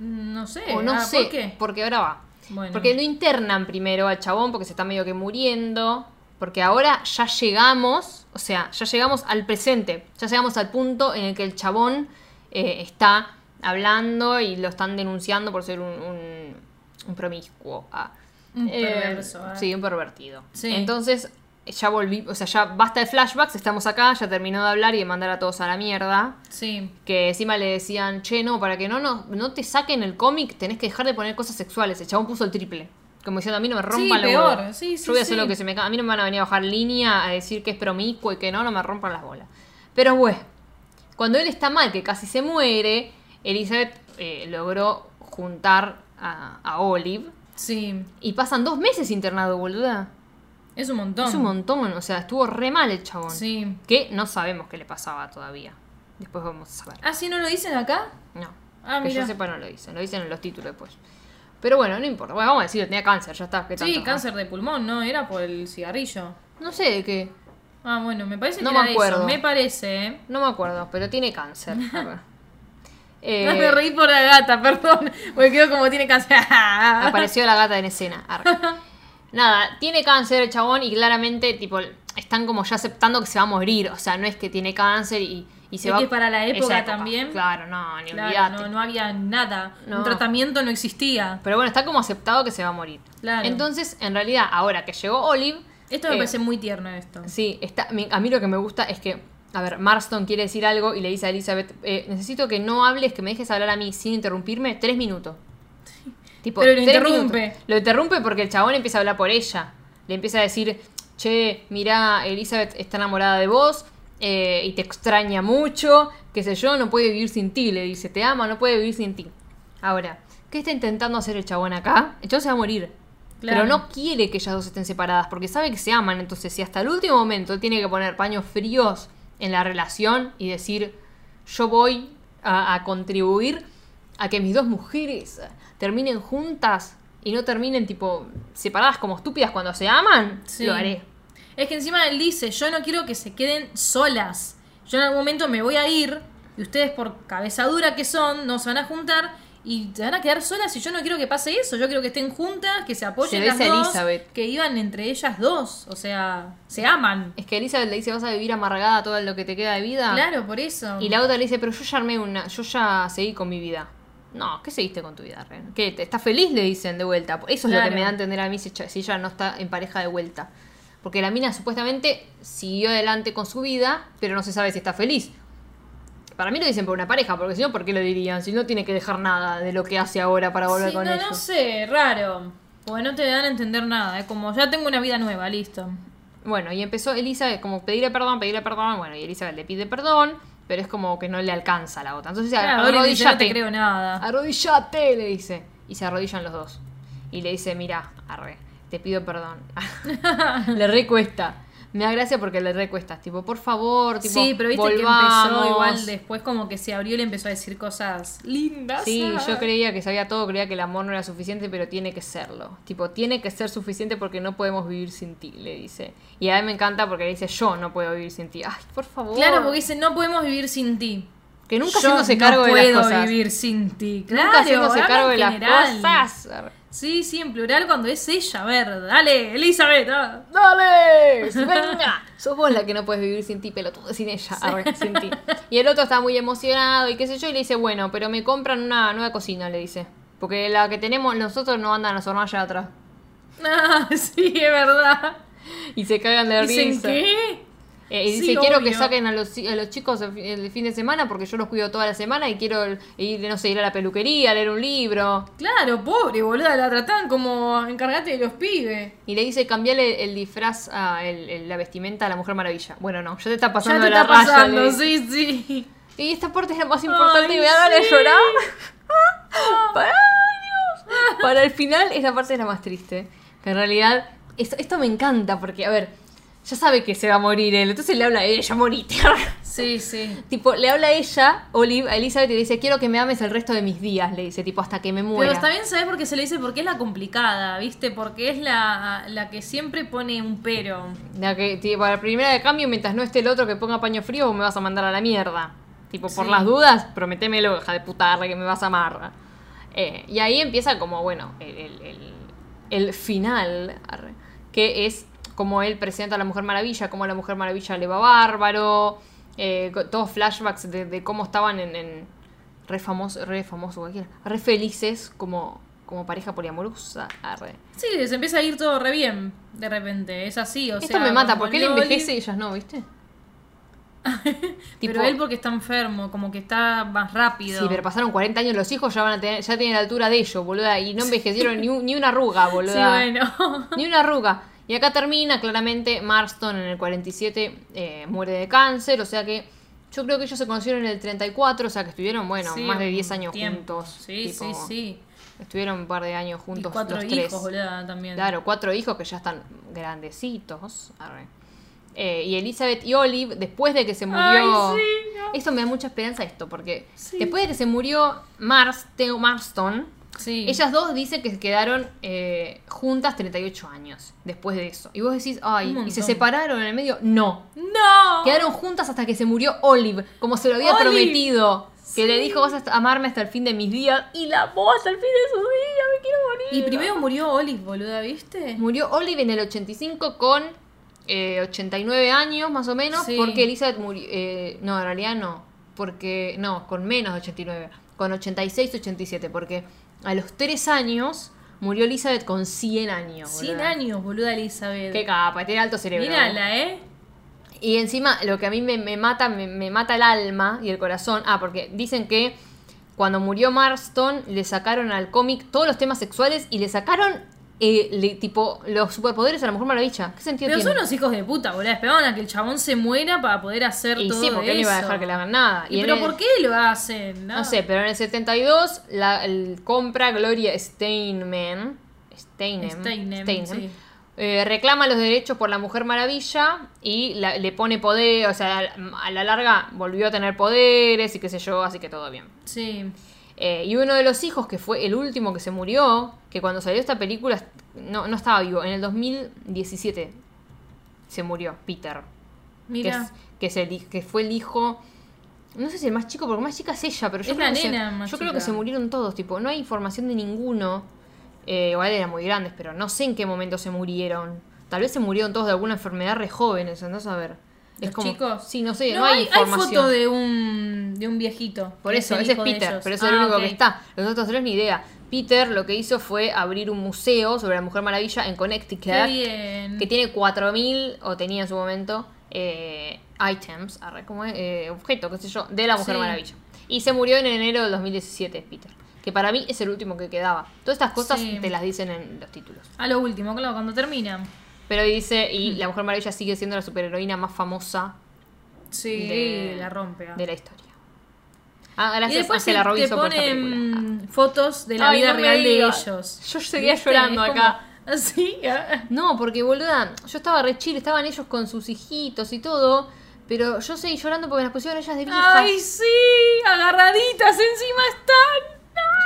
Speaker 2: no sé.
Speaker 1: O no
Speaker 2: Ah,
Speaker 1: sé.
Speaker 2: ¿Por qué?
Speaker 1: Porque ahora va.
Speaker 2: Bueno.
Speaker 1: Porque lo internan primero al chabón porque se está medio que muriendo. Porque ahora ya llegamos, o sea, ya llegamos al presente. Ya llegamos al punto en el que el chabón eh, está hablando y lo están denunciando por ser un, un- un promiscuo. ah.
Speaker 2: Un perverso, ah.
Speaker 1: Sí, un pervertido.
Speaker 2: Sí.
Speaker 1: Entonces, ya volví, o sea, ya basta de flashbacks, estamos acá, ya terminó de hablar y de mandar a todos a la mierda.
Speaker 2: Sí.
Speaker 1: Que encima le decían, che, no, para que no, no, no te saquen el cómic, tenés que dejar de poner cosas sexuales. El chabón puso el triple. Como diciendo, a mí no me rompan las
Speaker 2: peor.
Speaker 1: bolas.
Speaker 2: Sí, sí,
Speaker 1: Yo voy a hacer
Speaker 2: sí.
Speaker 1: lo que se me ca- A mí no me van a venir a bajar línea a decir que es promiscuo y que no, no me rompan las bolas. Pero bueno, cuando él está mal, que casi se muere, Elizabeth eh, logró juntar a, a Olive.
Speaker 2: Sí.
Speaker 1: Y pasan dos meses internado, boluda.
Speaker 2: Es un montón.
Speaker 1: Es un montón, o sea, estuvo re mal el chabón.
Speaker 2: Sí.
Speaker 1: Que no sabemos qué le pasaba todavía. Después vamos a saber.
Speaker 2: Ah, ¿sí no lo dicen acá?
Speaker 1: No.
Speaker 2: Ah,
Speaker 1: que yo
Speaker 2: mira.
Speaker 1: sepa no lo dicen, lo dicen en los títulos después. Pero bueno, no importa. Bueno, vamos a decir, tenía cáncer, ya está. ¿qué
Speaker 2: Sí,
Speaker 1: tanto?
Speaker 2: cáncer de pulmón, no, era por el cigarrillo.
Speaker 1: No sé de qué.
Speaker 2: Ah, bueno, me parece
Speaker 1: No
Speaker 2: que
Speaker 1: me
Speaker 2: era de
Speaker 1: acuerdo.
Speaker 2: eso. Me parece, ¿eh?
Speaker 1: No me acuerdo, pero tiene cáncer. A ver. Eh,
Speaker 2: me reí por la gata, perdón. Porque quedó como tiene cáncer.
Speaker 1: apareció la gata en escena. arre. Nada, tiene cáncer el chabón y claramente, tipo, están como ya aceptando que se va a morir. O sea, no es que tiene cáncer y, y se
Speaker 2: Es
Speaker 1: va
Speaker 2: que para la
Speaker 1: esa
Speaker 2: época también.
Speaker 1: Claro, no, ni
Speaker 2: Claro,
Speaker 1: olvidate.
Speaker 2: no, no había nada.
Speaker 1: No.
Speaker 2: Un tratamiento no existía.
Speaker 1: Pero bueno, está como aceptado que se va a morir.
Speaker 2: Claro.
Speaker 1: Entonces, en realidad, ahora que llegó Olive.
Speaker 2: Esto me
Speaker 1: eh,
Speaker 2: parece muy tierno esto.
Speaker 1: Sí, está, mi- a mí lo que me gusta es que, a ver, Marston quiere decir algo y le dice a Elizabeth, eh, necesito que no hables, que me dejes hablar a mí sin interrumpirme tres minutos. Tipo,
Speaker 2: Pero lo
Speaker 1: tres
Speaker 2: interrumpe.
Speaker 1: minutos. Lo interrumpe porque el chabón empieza a hablar por ella. Le empieza a decir, che, mirá, Elizabeth está enamorada de vos eh, y te extraña mucho, qué sé yo, no puede vivir sin ti. Le dice, te ama, no puede vivir sin ti. Ahora, ¿qué está intentando hacer el chabón acá? El chabón se va a morir.
Speaker 2: Claro.
Speaker 1: Pero no quiere que ellas dos estén separadas porque sabe que se aman. Entonces, si hasta el último momento tiene que poner paños fríos en la relación y decir, yo voy a, a contribuir a que mis dos mujeres terminen juntas y no terminen tipo separadas como estúpidas cuando se aman,
Speaker 2: Sí.
Speaker 1: lo haré.
Speaker 2: Es que encima él dice, yo no quiero que se queden solas. Yo en algún momento me voy a ir y ustedes por cabeza dura que son, no se van a juntar y se van a quedar solas y yo no quiero que pase eso. Yo quiero que estén juntas, que se
Speaker 1: Se
Speaker 2: apoyen
Speaker 1: lo
Speaker 2: las
Speaker 1: dice
Speaker 2: dos,
Speaker 1: Elizabeth.
Speaker 2: que iban entre ellas dos, o sea, se aman.
Speaker 1: Es que Elizabeth le dice, vas a vivir amargada todo lo que te queda de vida.
Speaker 2: Claro, por eso.
Speaker 1: Ah. Y la otra le dice, pero yo ya armé una, yo ya seguí con mi vida. No, ¿qué seguiste con tu vida, Ren? ¿Qué? te- ¿Estás feliz? Le dicen de vuelta. Eso es lo
Speaker 2: Claro.
Speaker 1: que me da a entender a mí si, cha- si ella no está en pareja de vuelta. Porque la mina supuestamente siguió adelante con su vida, pero no se sabe si está feliz. Para mí lo dicen por una pareja, porque si no, ¿por qué lo dirían? Si no tiene que dejar nada de lo que hace ahora para volver
Speaker 2: Sí,
Speaker 1: con
Speaker 2: no,
Speaker 1: ellos.
Speaker 2: no sé, raro. Porque no te dan a entender nada. Es como, ya tengo una vida nueva, listo.
Speaker 1: Bueno, y empezó Elizabeth como pedirle perdón, pedirle perdón. Bueno, y Elizabeth le pide perdón, pero es como que no le alcanza a la otra. Entonces,
Speaker 2: Claro, Dolly dice, no
Speaker 1: arrodíllate.
Speaker 2: te creo nada.
Speaker 1: Arrodillate, le dice. Y se arrodillan los dos. Y le dice, mira, arre, te pido perdón. le recuesta. Me da gracia porque le recuesta. Tipo, por favor, tipo,
Speaker 2: sí, pero viste que
Speaker 1: volvamos.
Speaker 2: empezó igual después como que se abrió y le empezó a decir cosas lindas.
Speaker 1: Sí,
Speaker 2: Ah.
Speaker 1: yo creía que sabía todo, creía que el amor no era suficiente, pero tiene que serlo. Tipo, tiene que ser suficiente porque no podemos vivir sin ti, le dice. Y a mí me encanta porque le dice, yo no puedo vivir sin ti. Ay, por favor.
Speaker 2: Claro, porque dice, no podemos vivir sin ti.
Speaker 1: Que nunca
Speaker 2: Yo
Speaker 1: haciéndose cargo
Speaker 2: no
Speaker 1: de las
Speaker 2: puedo
Speaker 1: cosas.
Speaker 2: vivir sin ti. Claro,
Speaker 1: nunca haciéndose
Speaker 2: habla
Speaker 1: cargo
Speaker 2: en
Speaker 1: de las
Speaker 2: general.
Speaker 1: cosas. Arre.
Speaker 2: Sí, sí, en plural cuando es ella. A ver, dale, Elizabeth. ah.
Speaker 1: ¡Dale! ¡Venga! Sos vos la que no puedes vivir sin ti, pelotudo, sin ella, Arre, sin ti. Y el otro está muy emocionado y qué sé yo, y le dice, bueno, pero me compran una nueva cocina, le dice. Porque la que tenemos nosotros no andan las hornallas atrás.
Speaker 2: Ah, sí, es verdad.
Speaker 1: Y se cagan de risa.
Speaker 2: Dicen, ¿qué?
Speaker 1: Eh, y
Speaker 2: Sí,
Speaker 1: dice, quiero
Speaker 2: obvio.
Speaker 1: que saquen a los, a los chicos el, fi- el fin de semana porque yo los cuido toda la semana y quiero ir, no sé, ir a la peluquería, leer un libro.
Speaker 2: Claro, pobre, boluda, la tratan como encargate de los pibes.
Speaker 1: Y le dice, cambiarle el disfraz, a el- el- la vestimenta a la Mujer Maravilla. Bueno, no, ya te está
Speaker 2: Ya
Speaker 1: pasando
Speaker 2: te
Speaker 1: la
Speaker 2: está
Speaker 1: raya, le
Speaker 2: pasando,
Speaker 1: dice.
Speaker 2: sí, sí.
Speaker 1: Y esta parte es la más importante
Speaker 2: Ay,
Speaker 1: y me dan ganas de
Speaker 2: sí.
Speaker 1: llorar. Para, ay, Dios. Para el final, esta parte es la más triste. Que en realidad, esto, esto me encanta porque, a ver, ya sabe que se va a morir él. Entonces le habla a ella, morite.
Speaker 2: Sí, sí.
Speaker 1: tipo, le habla a ella, Olive, a Elizabeth y le dice, quiero que me ames el resto de mis días. Le dice, tipo, hasta que me muera.
Speaker 2: Pero también sabes por qué se le dice, porque es la complicada, ¿viste? Porque es la, la que siempre pone un pero.
Speaker 1: La que, tipo, a la primera de cambio, mientras no esté el otro que ponga paño frío, vos me vas a mandar a la mierda. Tipo, por
Speaker 2: Sí.
Speaker 1: las dudas, prometémelo, hija de puta, arre, que me vas a amar. Eh, y ahí empieza como, bueno, el, el- el- el final, arre, que es como él presenta a la Mujer Maravilla, como a la Mujer Maravilla le va bárbaro, eh, co- todos flashbacks de, de cómo estaban en, en- re famoso, re famoso, cualquiera, re felices como, como pareja poliamorosa, arre.
Speaker 2: Sí, se empieza a ir todo re bien, de repente. Es así, o
Speaker 1: Esto
Speaker 2: sea.
Speaker 1: me mata,
Speaker 2: como
Speaker 1: porque él
Speaker 2: Loli-
Speaker 1: envejece y ellas no, ¿viste?
Speaker 2: Pero él porque está enfermo, como que está más rápido.
Speaker 1: Sí, pero pasaron 40 años, los hijos ya van a tener, ya tienen la altura de ellos, boluda, y no envejecieron ni, un- ni una arruga, boluda.
Speaker 2: Sí, bueno.
Speaker 1: Ni una arruga. Y acá termina, claramente, Marston en el 47 eh, muere de cáncer, o sea que yo creo que ellos se conocieron en el 34, o sea que estuvieron, bueno,
Speaker 2: Sí,
Speaker 1: más de
Speaker 2: un
Speaker 1: 10 años
Speaker 2: tiempo.
Speaker 1: juntos.
Speaker 2: Sí,
Speaker 1: tipo,
Speaker 2: sí, sí.
Speaker 1: Estuvieron un par de años
Speaker 2: Y
Speaker 1: juntos
Speaker 2: cuatro
Speaker 1: los
Speaker 2: hijos,
Speaker 1: tres.
Speaker 2: boluda, también.
Speaker 1: Claro, cuatro hijos que ya están grandecitos. Arre. Eh, y Elizabeth y Olive, después de que se murió.
Speaker 2: Ay, sí, no.
Speaker 1: Esto me da mucha esperanza esto, porque
Speaker 2: Sí.
Speaker 1: después de que se murió Mars, Theo Marston,
Speaker 2: Sí.
Speaker 1: ellas dos dicen que se quedaron eh, juntas 38 años después de eso. Y vos decís, ay,
Speaker 2: Un
Speaker 1: ¿y se
Speaker 2: montón.
Speaker 1: separaron en el medio? No.
Speaker 2: ¡No!
Speaker 1: Quedaron juntas hasta que se murió Olive, como se lo había
Speaker 2: Olive.
Speaker 1: prometido. Que le dijo, vas a amarme hasta el fin de mis días. Y la amó hasta el fin de sus días. Me quiero morir.
Speaker 2: Y primero murió Olive, boluda, ¿viste?
Speaker 1: Murió Olive en el 85 con eh, 89 años más o menos,
Speaker 2: Sí.
Speaker 1: porque Elizabeth murió... eh, no, en realidad no, porque... No, con menos de 89, con 86, 87, porque a los 3 años murió Elizabeth con 100 años.
Speaker 2: 100
Speaker 1: boluda.
Speaker 2: años, boluda Elizabeth.
Speaker 1: Qué capa, tiene alto cerebro.
Speaker 2: Mírala, ¿eh?
Speaker 1: Y encima, lo que a mí me, me mata, me, me mata el alma y el corazón. Ah, porque dicen que cuando murió Marston, le sacaron al cómic todos los temas sexuales y le sacaron, eh, le- tipo, los superpoderes a la Mujer Maravilla. ¿Qué sentido
Speaker 2: Pero son
Speaker 1: tiene?
Speaker 2: unos hijos de puta, boluda. Esperaban a que el chabón se muera para poder hacer
Speaker 1: y
Speaker 2: todo
Speaker 1: sí, porque él no iba a
Speaker 2: eso.
Speaker 1: dejar que le hagan nada.
Speaker 2: ¿Y
Speaker 1: en
Speaker 2: pero
Speaker 1: el-
Speaker 2: por qué lo hacen?
Speaker 1: No sé, pero en el 72 la el- compra Gloria Steinman. Steinem.
Speaker 2: Steinem, sí.
Speaker 1: eh, reclama los derechos por la Mujer Maravilla y la- le pone poder, o sea, a la larga volvió a tener poderes y qué sé yo, así que todo bien.
Speaker 2: Sí.
Speaker 1: Eh, y uno de los hijos, que fue el último que se murió, que cuando salió esta película est- no, no estaba vivo, en el 2017 se murió Peter que,
Speaker 2: Mira.
Speaker 1: es- que, es el hij- que fue el hijo. No sé si el más chico, porque más chica es ella, pero yo,
Speaker 2: Es
Speaker 1: creo,
Speaker 2: la
Speaker 1: que
Speaker 2: nena
Speaker 1: se,
Speaker 2: más
Speaker 1: yo creo que
Speaker 2: chica.
Speaker 1: se murieron todos, tipo, no hay información de ninguno. Eh, igual eran muy grandes, pero no sé en qué momento se murieron. Tal vez se murieron todos de alguna enfermedad re jóvenes, andás a ver. Es
Speaker 2: ¿Los chicos?
Speaker 1: Sí, no sé, no, hay,
Speaker 2: hay
Speaker 1: información.
Speaker 2: foto de un, de un viejito.
Speaker 1: Por
Speaker 2: que
Speaker 1: eso,
Speaker 2: el
Speaker 1: ese es
Speaker 2: hijo de
Speaker 1: Peter,
Speaker 2: ellos.
Speaker 1: pero ese es
Speaker 2: Ah,
Speaker 1: el único
Speaker 2: ok.
Speaker 1: que está. Los otros tres ni idea. Peter lo que hizo fue abrir un museo sobre la Mujer Maravilla en Connecticut
Speaker 2: Qué bien.
Speaker 1: que tiene 4.000, o tenía en su momento, eh, items, arre, ¿cómo es? Eh, objetos, qué sé yo, de la Mujer
Speaker 2: Sí.
Speaker 1: Maravilla. Y se murió en enero del 2017, Peter. Que para mí es el último que quedaba. Todas estas cosas
Speaker 2: Sí.
Speaker 1: te las dicen en los títulos.
Speaker 2: A lo último, claro, cuando terminan.
Speaker 1: Pero dice,
Speaker 2: Mm.
Speaker 1: y la Mujer Maravilla sigue siendo la superheroína más famosa
Speaker 2: Sí,
Speaker 1: de,
Speaker 2: la rompe. ah.
Speaker 1: de la historia. Ah,
Speaker 2: Y
Speaker 1: gracias
Speaker 2: después
Speaker 1: a la
Speaker 2: te- te
Speaker 1: Robinson por esta película.
Speaker 2: ponen fotos de la
Speaker 1: Ay,
Speaker 2: vida
Speaker 1: no me
Speaker 2: real de
Speaker 1: digas.
Speaker 2: ellos.
Speaker 1: Yo seguía llorando acá.
Speaker 2: Así.
Speaker 1: No, porque boluda, yo estaba re chile, estaban ellos con sus hijitos y todo, pero yo seguí llorando porque las pusieron ellas de viejas.
Speaker 2: Ay, sí, agarraditas encima están.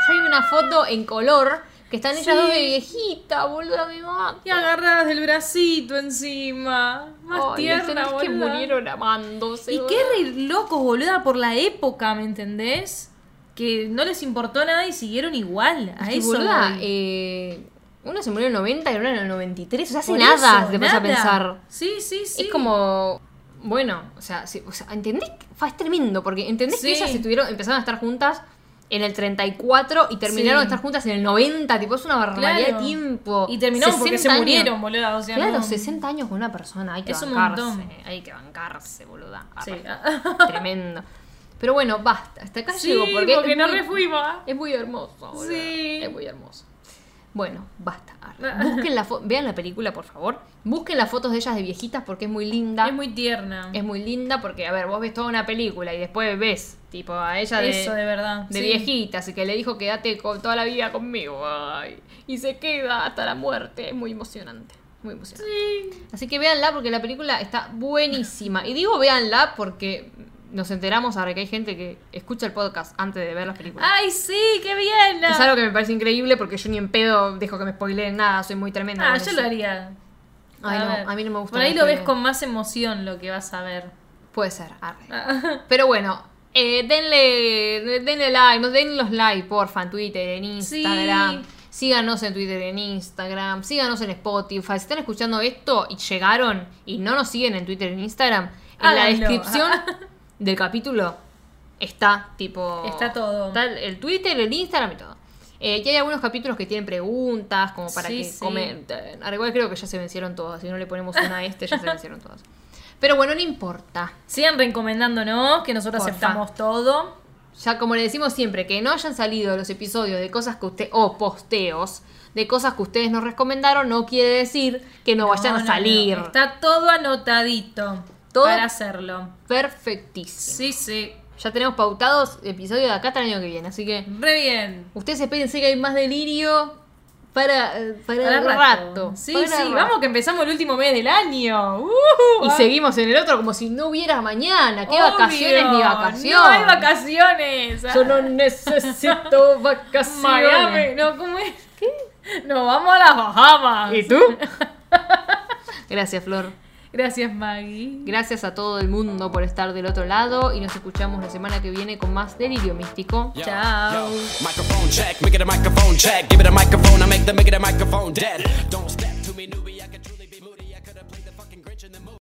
Speaker 1: Yo hay una foto en color que están ellas
Speaker 2: Sí.
Speaker 1: dos de viejita, boluda, mi mamá.
Speaker 2: Y agarradas del bracito encima. Más tierna,
Speaker 1: que
Speaker 2: boluda.
Speaker 1: murieron amándose.
Speaker 2: Y qué re locos, boluda, por la época, ¿me entendés? Que no les importó nada y siguieron igual. A
Speaker 1: Y
Speaker 2: eso.
Speaker 1: boluda,
Speaker 2: voy.
Speaker 1: eh, una se murió en el 90 y una en el 93. O sea, hace
Speaker 2: Por
Speaker 1: nada,
Speaker 2: eso,
Speaker 1: si te vas a
Speaker 2: nada.
Speaker 1: pensar.
Speaker 2: Sí, sí, sí.
Speaker 1: Es como. Bueno, o sea, sí, o sea, ¿entendés? que- fa, Es tremendo, porque entendés que
Speaker 2: Sí.
Speaker 1: ellas estuvieron, empezaron a estar juntas en el 34 y terminaron de
Speaker 2: Sí.
Speaker 1: estar juntas en el 90. Tipo, es una barbaridad
Speaker 2: Claro.
Speaker 1: de tiempo.
Speaker 2: Y terminaron porque
Speaker 1: 60
Speaker 2: se
Speaker 1: años.
Speaker 2: murieron, boluda. O sea,
Speaker 1: Claro,
Speaker 2: no-
Speaker 1: 60 años con una persona, hay que
Speaker 2: Es un
Speaker 1: bancarse.
Speaker 2: montón.
Speaker 1: Hay que bancarse, boluda.
Speaker 2: Sí.
Speaker 1: Arre, Tremendo. Pero bueno, basta. Hasta acá
Speaker 2: Sí,
Speaker 1: llego porque,
Speaker 2: porque
Speaker 1: es,
Speaker 2: no
Speaker 1: muy,
Speaker 2: refuimos. ¿ah?
Speaker 1: es muy hermoso, boluda.
Speaker 2: Sí.
Speaker 1: Es muy hermoso. Bueno, basta. arre. Busquen la fo- vean la película, por favor. Busquen las fotos de ellas de viejitas porque es muy linda.
Speaker 2: Es muy tierna.
Speaker 1: Es muy linda porque, a ver, vos ves toda una película y después ves, tipo, a ella de,
Speaker 2: Eso, de verdad.
Speaker 1: de
Speaker 2: sí.
Speaker 1: viejita, así que le dijo quédate con toda la vida conmigo. ay, y se queda hasta la muerte. Es muy emocionante. Muy emocionante.
Speaker 2: Sí.
Speaker 1: Así que véanla porque la película está buenísima. Y digo véanla porque nos enteramos ahora que hay gente que escucha el podcast antes de ver las películas.
Speaker 2: Ay, sí, qué bien.
Speaker 1: Es algo que me parece increíble porque yo ni en pedo dejo que me spoileen nada, soy muy tremenda.
Speaker 2: Ah,
Speaker 1: con
Speaker 2: yo
Speaker 1: eso.
Speaker 2: lo haría.
Speaker 1: Ay, no,
Speaker 2: ver.
Speaker 1: a mí no me gusta
Speaker 2: Por ahí
Speaker 1: la
Speaker 2: lo ves
Speaker 1: tele.
Speaker 2: con más emoción lo que vas a ver.
Speaker 1: Puede ser, arre.
Speaker 2: Ah,
Speaker 1: Pero bueno, eh, denle, denle like, nos den los like, porfa, en Twitter, en Instagram.
Speaker 2: Sí.
Speaker 1: Síganos en Twitter, en Instagram, síganos en Spotify. Si están escuchando esto y llegaron y no nos siguen en Twitter, en Instagram, en la
Speaker 2: Háganlo.
Speaker 1: descripción del capítulo está tipo...
Speaker 2: Está todo.
Speaker 1: Está el- el Twitter, el Instagram y todo. Eh, y hay algunos capítulos que tienen preguntas, como para
Speaker 2: Sí,
Speaker 1: que
Speaker 2: sí.
Speaker 1: comenten. Al igual creo que ya se vencieron todas. Si no le ponemos una a este, ya se vencieron todas. Pero bueno, no importa.
Speaker 2: Sigan recomendándonos, que nosotros
Speaker 1: Porfa.
Speaker 2: aceptamos todo.
Speaker 1: Ya como le decimos siempre, que no hayan salido los episodios de cosas que usted, o posteos, de cosas que ustedes nos recomendaron, no quiere decir que no, vayan
Speaker 2: No,
Speaker 1: a
Speaker 2: no,
Speaker 1: salir.
Speaker 2: no. Está todo anotadito
Speaker 1: Todo-
Speaker 2: para hacerlo.
Speaker 1: Perfectísimo.
Speaker 2: Sí, sí.
Speaker 1: Ya tenemos pautados episodios de acá hasta el año que viene, así que
Speaker 2: Re bien.
Speaker 1: ustedes espérense que hay más delirio para, eh, para,
Speaker 2: Para
Speaker 1: el rato.
Speaker 2: Sí,
Speaker 1: Para
Speaker 2: sí.
Speaker 1: rato.
Speaker 2: Vamos que empezamos el último mes del año. Uh,
Speaker 1: Y
Speaker 2: ah.
Speaker 1: seguimos en el otro como si no hubiera mañana. ¿Qué
Speaker 2: Obvio.
Speaker 1: vacaciones ni vacaciones?
Speaker 2: No hay vacaciones.
Speaker 1: Yo no necesito vacaciones.
Speaker 2: Miami. No, ¿cómo es? ¿Qué? Nos vamos a las Bahamas.
Speaker 1: ¿Y tú? Gracias, Flor.
Speaker 2: Gracias, Maggie.
Speaker 1: Gracias a todo el mundo por estar del otro lado y nos escuchamos la semana que viene con más Delirio Místico.
Speaker 3: Yo,
Speaker 2: Ciao.
Speaker 3: yo. Microphone check, make it a microphone check. Give it a microphone, I make the make it a microphone dead. Don't step to me, newbie, I can.